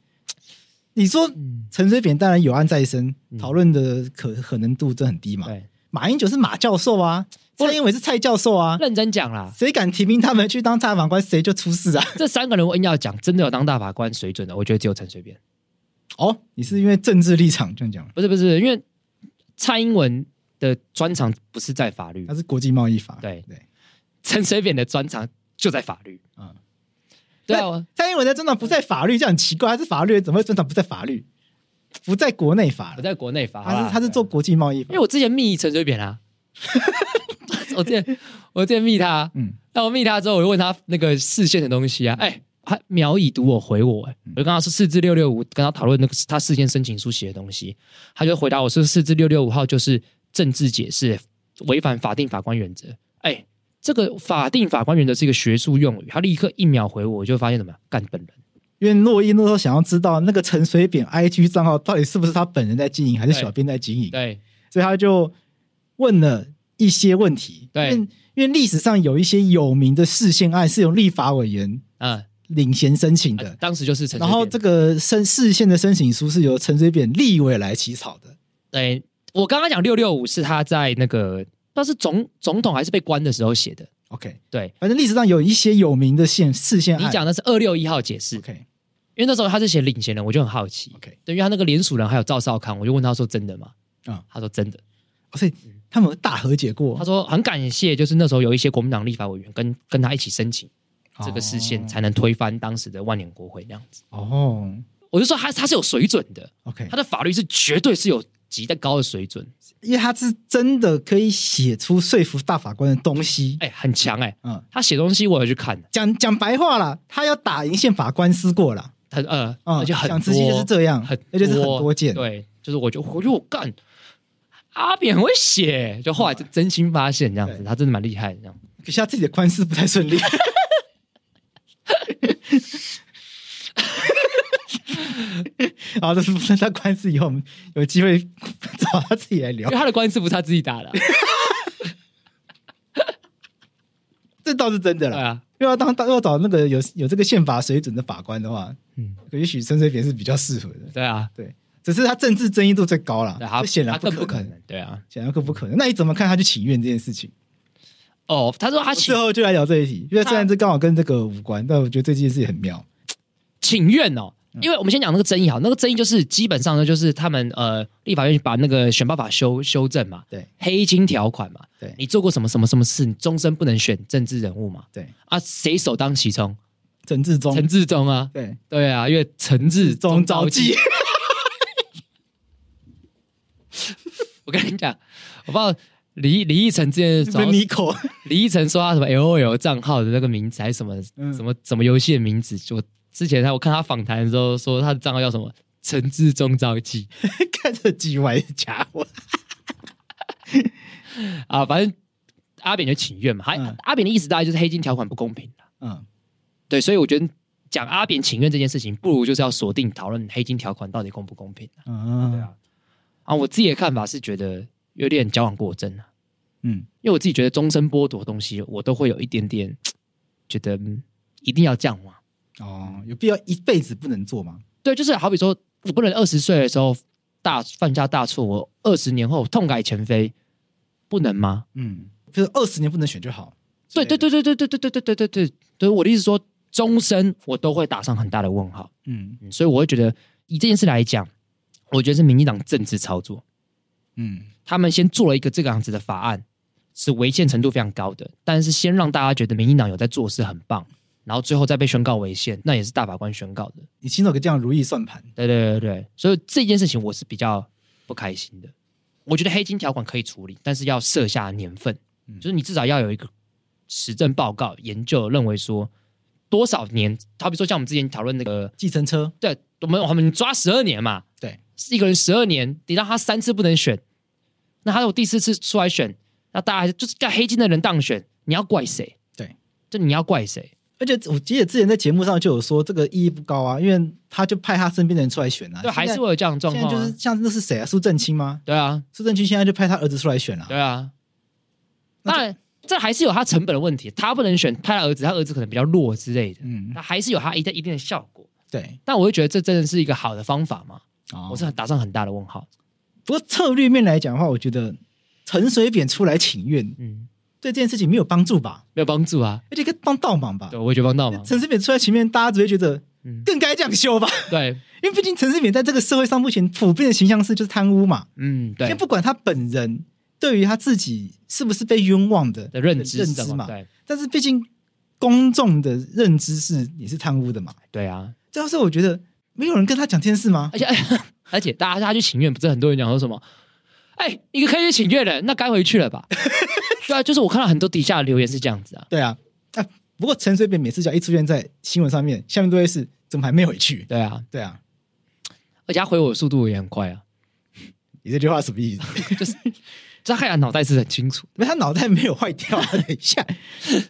你说
嗯，
陈水扁当然有案在身，
嗯
讨论的可可能度真的很低嘛。
对，
马英九是马教授啊，蔡英文是蔡教授啊，
认真讲啦，
谁敢提名他们去当大法官，谁就出事啊。
这三个人我硬要讲，真的有当大法官水准的，我觉得只有陈水扁。
哦，你是因为政治立场这样讲，
不是不是，因为蔡英文的专长不是在法律
它，是国际贸易法。
对
对，
陈水扁的专长就在法律。
嗯。
对啊，
蔡英文的专长不在法律，这样很奇怪，他是法律人，怎么会专长不在法律，不在国内法
我
了？
在国内法，
他是他是做，国际贸易
因
法
为。我之前密陈水 扁啊，我之前我之前密他，
嗯，
那我密他之后，我就问他那个视线的东西啊，哎、他秒已读我回我、哎，
嗯
我就跟他说四至六六五，跟他讨论那个他事件申请书写的东西，他就回答我说四至六六五号就是政治解释，违反法定法官原则。哎、这个法定法官原则是一个学术用语，他立刻一秒回我，我就发现怎么样干本人，
因为洛伊那时候想要知道那个陈水扁 IG 账号到底是不是他本人在经营，还是小编在经营，
对
所以他就问了一些问题。
对
因为因为历史上有一些有名的视线案是由立法委员
啊、
领衔申请的，
啊当时就是陈水扁，
然后这个申视线的申请书是由陈水扁立委来起草的。
对我刚刚讲六六五是他在那个那是总总统还是被关的时候写的，
OK，
对
反正历史上有一些有名的线视线案，
你讲的是二六一号解释。
OK
因为那时候他是写领衔人，我就很好奇。
OK，
对，因为他那个联署人还有赵少康，我就问他说：“真的吗？”
嗯
他说：“真的。
哦所以他们有大和解”过
他，说：“很感谢，就是那时候有一些国民党立法委员跟跟他一起申请这个事
哦
件，才能推翻当时的万年国会那样子。
哦。”
我就说他他是有水准的，
OK，
他的法律是绝对是有极的高的水准，
因为他是真的可以写出说服大法官的东西。
哎、很强哎、
嗯，
他写东西我有去看，
讲讲白话啦，他要打赢宪法官司过啦。
很呃，
嗯
而且很
讲
多
直接就是这样
很
那就是很多件
对，就是我就我就我干，阿扁很会写，就后来真真心发现这样子，
对
他真的蛮厉害的这样。
可是他自己的官司不太顺利。 好，这是那他官司以后，我们有机会 找他自己来聊
因为，他的官司不是他自己打的啊、
这倒是真的
对
啦。
啊，
因为要当当要找那个有有这个宪法水准的法官的话，
嗯，
也许陈水扁是比较适合的。
对啊，
对，只是他政治争议度最高啦
对，啊他
这显然
他更
不
不
可
可
能，
能，对啊。
显然更不可能。那你怎么看他去请愿这件事情？
哦，他说他请
最后就来聊这一题，因为虽然这刚好跟这个无关，但我觉得这件事也很妙。
请愿哦，因为我们先讲那个争议好，那个争议就是基本上呢，就是他们呃立法院把那个选罢法修修正嘛，
对
黑金条款嘛，
对
你做过什么什么什么事，你终身不能选政治人物嘛，
对，
啊，谁首当其冲？
陈志忠，
陈志忠啊，
对，
对啊，因为陈志忠
忠
招
招
妓
妓。
我跟你讲，我不知道李李义成之前 找
跟 Nico
李依晨说他什么 L O L 账号的那个名字，还是什么、
嗯
什么什么游戏的名字？我之前他我看他访谈的时候说他的账号叫什么“陈志忠招记
看着叽歪的家伙，”
啊，反正阿扁就请愿嘛。还、
嗯
阿扁的意思大概就是黑金条款不公平啦
嗯，
对，所以我觉得讲阿扁请愿这件事情，不如就是要锁定讨论黑金条款到底公不公平啊
啊，
啊。我自己的看法是觉得有点矫枉过正啊，
嗯，
因为我自己觉得终身剥夺东西，我都会有一点点觉得、嗯一定要这样嘛。
哦，有必要一辈子不能做吗？
对，就是好比说，我不能二十岁的时候大犯下大错，我二十年后痛改前非，不能吗？
嗯，就是二十年不能选就好。
对对，对对对对对对对对对对，对我的意思是说，终身我都会打上很大的问号。
嗯
嗯，所以我会觉得，以这件事来讲，我觉得是民进党政治操作，
嗯
他们先做了一个这个样子的法案，是违宪程度非常高的，但是先让大家觉得民进党有在做事很棒，然后最后再被宣告违宪，那也是大法官宣告的。
你亲手给这样如意算盘，
对对对对，所以这件事情我是比较不开心的。我觉得黑金条款可以处理，但是要设下年份，
嗯
就是你至少要有一个实证报告研究，认为说多少年，好比说像我们之前讨论那个，
计程车，
对我们我们抓十二年嘛，
对，
一个人十二年，你让他三次不能选，那他有第四次出来选，那大家还是就是干黑金的人当选，你要怪谁？
对，
就你要怪谁？
而且我记得之前在节目上就有说这个意义不高啊，因为他就派他身边的人出来选啊，
对，还是
现
会有这样的
在
状
现在
况、啊，
就是像那是谁啊？苏正清吗？
对啊，
苏正清现在就派他儿子出来选了、
对啊，
那
当然这还是有他成本的问题，他不能选派他儿子，他儿子可能比较弱之类的，
嗯
那，还是有他一定一定的效果。
对，
但我会觉得这真的是一个好的方法吗？
哦
我是打上很大的问号。
不过策略面来讲的话，我觉得陈水扁出来请愿
嗯，
对这件事情没有帮助吧，
没有帮助啊。
而且跟帮倒忙吧
对，。我也觉得帮 到忙。
陈水扁出来请愿，大家只会觉得
嗯，
更该这样修吧，
对，
因为毕竟陈水扁在这个社会上目前普遍的形象是就是贪污嘛，
嗯，对
先，不管他本人对于他自己是不是被冤枉的
的认知
认
是什
知
么？
嘛，
对，
但是毕竟公众的认知是也是贪污的嘛，
对啊。
这要是我觉得没有人跟他讲这件事吗？
而且， 而且大家他去请愿，不是很多人讲说什么？哎，一个可以去请愿的，那该回去 了吧？对啊，就是我看到很多底下的留言是这样子啊。
对啊，啊，不过陈水扁每次只要一出现在新闻上面，下面都会是怎么还没回去？
对啊，
对啊，
而且他回我的速度也很快啊，
你这句话什么意 思？
就是 就他看起来脑袋是很清楚。
因为他脑袋没有坏掉啊，等一下，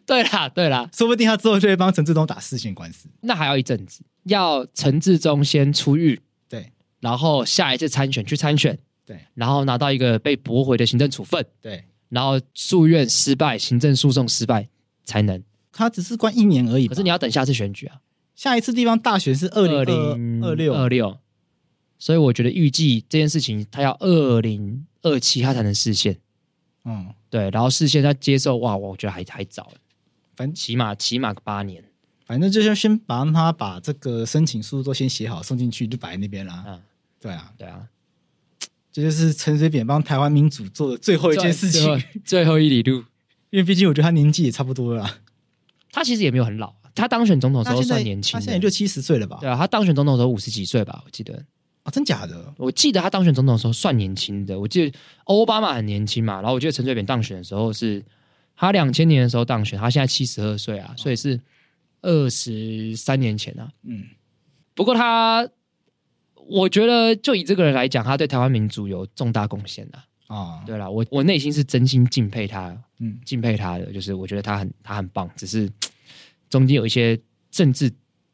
对啦，对啦，
说不定他之后就会帮陈志忠打四线官司。
那还要一阵子，要陈志忠先出狱，
对
然后下一次参选去参选，
对
然后拿到一个被驳回的行政处分，
对，
然后诉愿失败，行政诉讼失败才能。
他只是关一年而已吧。
可是你要等下次选举啊，
下一次地方大选是二零二六，
二六，所以我觉得预计这件事情他要二零二七他才能实现。
嗯，
对，然后事先他接受哇，我觉得还还早，
反正
起码起码个八年。
反正就是先把他把这个申请书都先写好送进去，就摆在那边啦。
嗯，
对啊，
对啊，
这就是陈水扁帮台湾民主做的最后一件事情
最，后，最后一里路，
因为毕竟我觉得他年纪也差不多了啦，
他其实也没有很老，他当选总统的时
他
候
现在
算年轻
他
的，
现在也六七十岁了吧？
对啊，他当选总统的时候五十几岁吧，我记得，
哦，真假的？
我记得他当选总统的时候算年轻的，我记得奥巴马很年轻嘛，然后我记得陈水扁当选的时候是他两千年的时候当选，他现在七十二岁
哦
啊，所以是二十三年前啊。
嗯，
不过他，我觉得就以这个人来讲，他对台湾民主有重大贡献啊，
啊，
对啦，我我内心是真心敬佩他，
嗯
敬佩他的，就是我觉得他很他很棒，只是中间有一些政治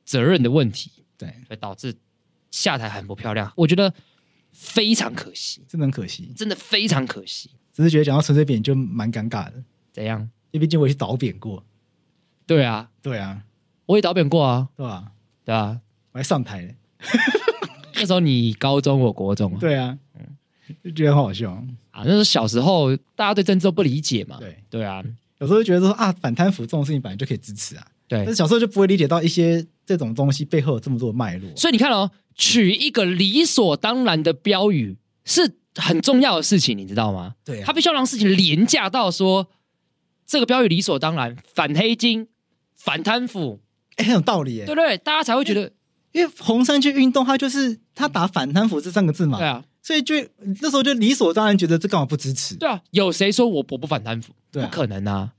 责任的问题，
对，
所以导致下台很不漂亮，我觉得非常可惜，
真的很可惜。
真的非常可惜。
只是觉得讲到陈水扁就蛮尴尬的，
怎样？
因为毕竟我也去倒扁过，
对啊，
对啊，
我也导扁过啊，
对吧？
对啊，
我还上台了，
那时候你高中，我国中啊，
对啊， 就觉得很好笑。
啊，那时候小时候大家对政治都不理解嘛，
对，
对啊，
有时候就觉得说啊，反贪腐这种事情本来就可以支持啊，
对
但是，小时候就不会理解到一些这种东西背后有这么多的脉络。
所以你看哦，取一个理所当然的标语是很重要的事情，你知道吗？
对啊
他必须要让事情廉价到说这个标语理所当然，反黑金、反贪腐，
哎、很有道理耶
对不，对？大家才会觉得
因为红衫军运动，它就是它打反贪腐这三个字嘛，
对啊，
所以就那时候就理所当然觉得这干嘛不支持？
对啊，有谁说我我不反贪腐？
对啊
不可能啊！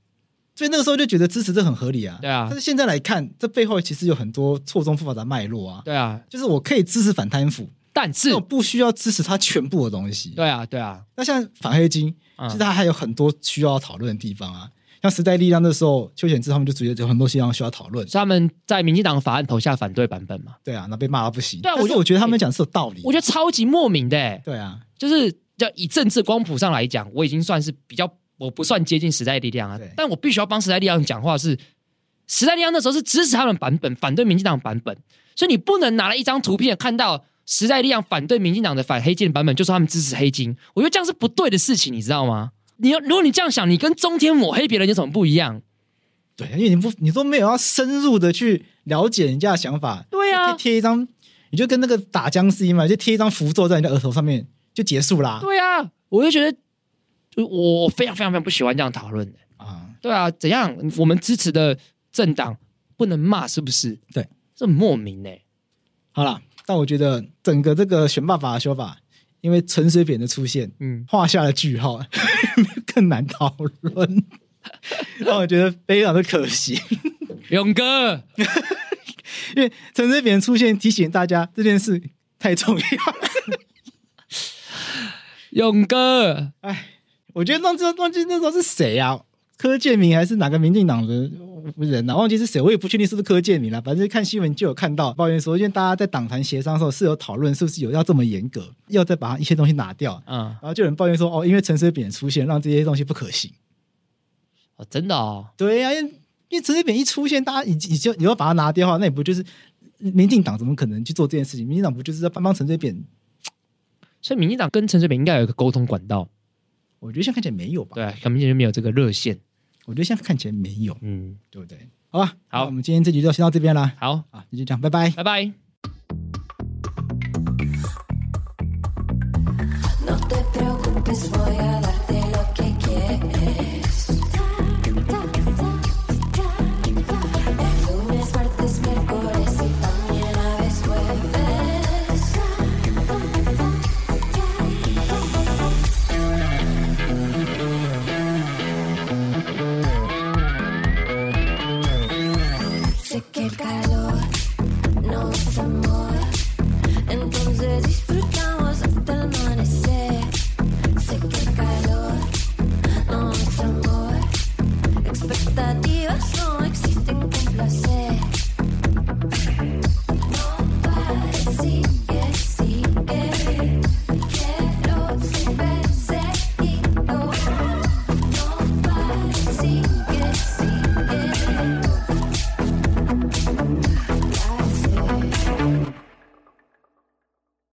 所以那个时候就觉得支持这很合理啊。
对啊
但是现在来看，这背后其实有很多错综复杂的脉络啊。
对啊，
就是我可以支持反贪腐，
但是
但我不需要支持它全部的东西。
对啊，对啊，
那像反黑金，
嗯
其实它还有很多需要讨论的地方啊。像时代力量的时候，邱显志他们就觉得有很多地方需要讨论。
所以他们在民进党法案投下反对版本嘛，
对啊，那被骂到不行。
对啊
但
我
是
就
我觉得他们讲是有道理。
我觉得超级莫名的欸、
对啊，
就是要以政治光谱上来讲，我已经算是比较，我不算接近时代力量啊
对，
但我必须要帮时代力量讲话是，时代力量那时候是支持他们版本，反对民进党版本，所以你不能拿了一张图片看到时代力量反对民进党的反黑金版本，就说他们支持黑金，我觉得这样是不对的事情，你知道吗？你要如果你这样想，你跟中天抹黑别人有什么不一样？
对，啊因为你不，你都没有要深入的去了解人家的想法，
对啊
就贴一张，你就跟那个打僵尸一样嘛，就贴一张符咒在人家额头上面就结束啦。
对啊，我就觉得，就我我非常非常非常不喜欢这样讨论的。
啊，
对啊，怎样？我们支持的政党不能骂，是不是？
对，
这很莫名欸呢、
好啦，但我觉得整个这个选爸爸的修法，因为陈水扁的出现，
嗯，
画下了句号， 更难讨论，让我觉得非常的可惜。
勇哥，
因为陈水扁的出现提醒大家这件事太重要。
勇哥，
哎，我觉得忘记忘记那时候是谁啊？柯建明还是哪个民进党的人啊？忘记是谁，我也不确定是不是柯建明了。反正看新闻就有看到抱怨说，因为大家在党团协商的时候是有讨论，是不是有要这么严格，要再把一些东西拿掉。
嗯，
然后就有人抱怨说，哦，因为陈水扁的出现，让这些东西不可行。
哦，真的哦，
对啊呀、因为因为陈水扁一出现，大家已经已经你要把它拿掉的话，那你不就是民进党怎么可能去做这件事情？民进党不就是在帮帮陈水扁？
所以民进党跟陈水扁应该有一个沟通管道，
我觉得现在看起来没有吧？
对、啊，很明显就没有这个热线。
我觉得现在看起来没有，
嗯，
对不对？好吧，
好
那我们今天这集就先到这边啦。
好，
啊，那就这样，拜拜。
拜拜。
No te preocupes, voy a darte lo que quieres. El lunes, martes, miércoles y también a veces jueves. Sé que el calor no es amor. Entonces disfrutamos hasta el amanecer. Sé que el calor no es amor. Expectativas no existen con placer. No pares, sigue, sigue. Quiero ser perseguido. No pares, sigue.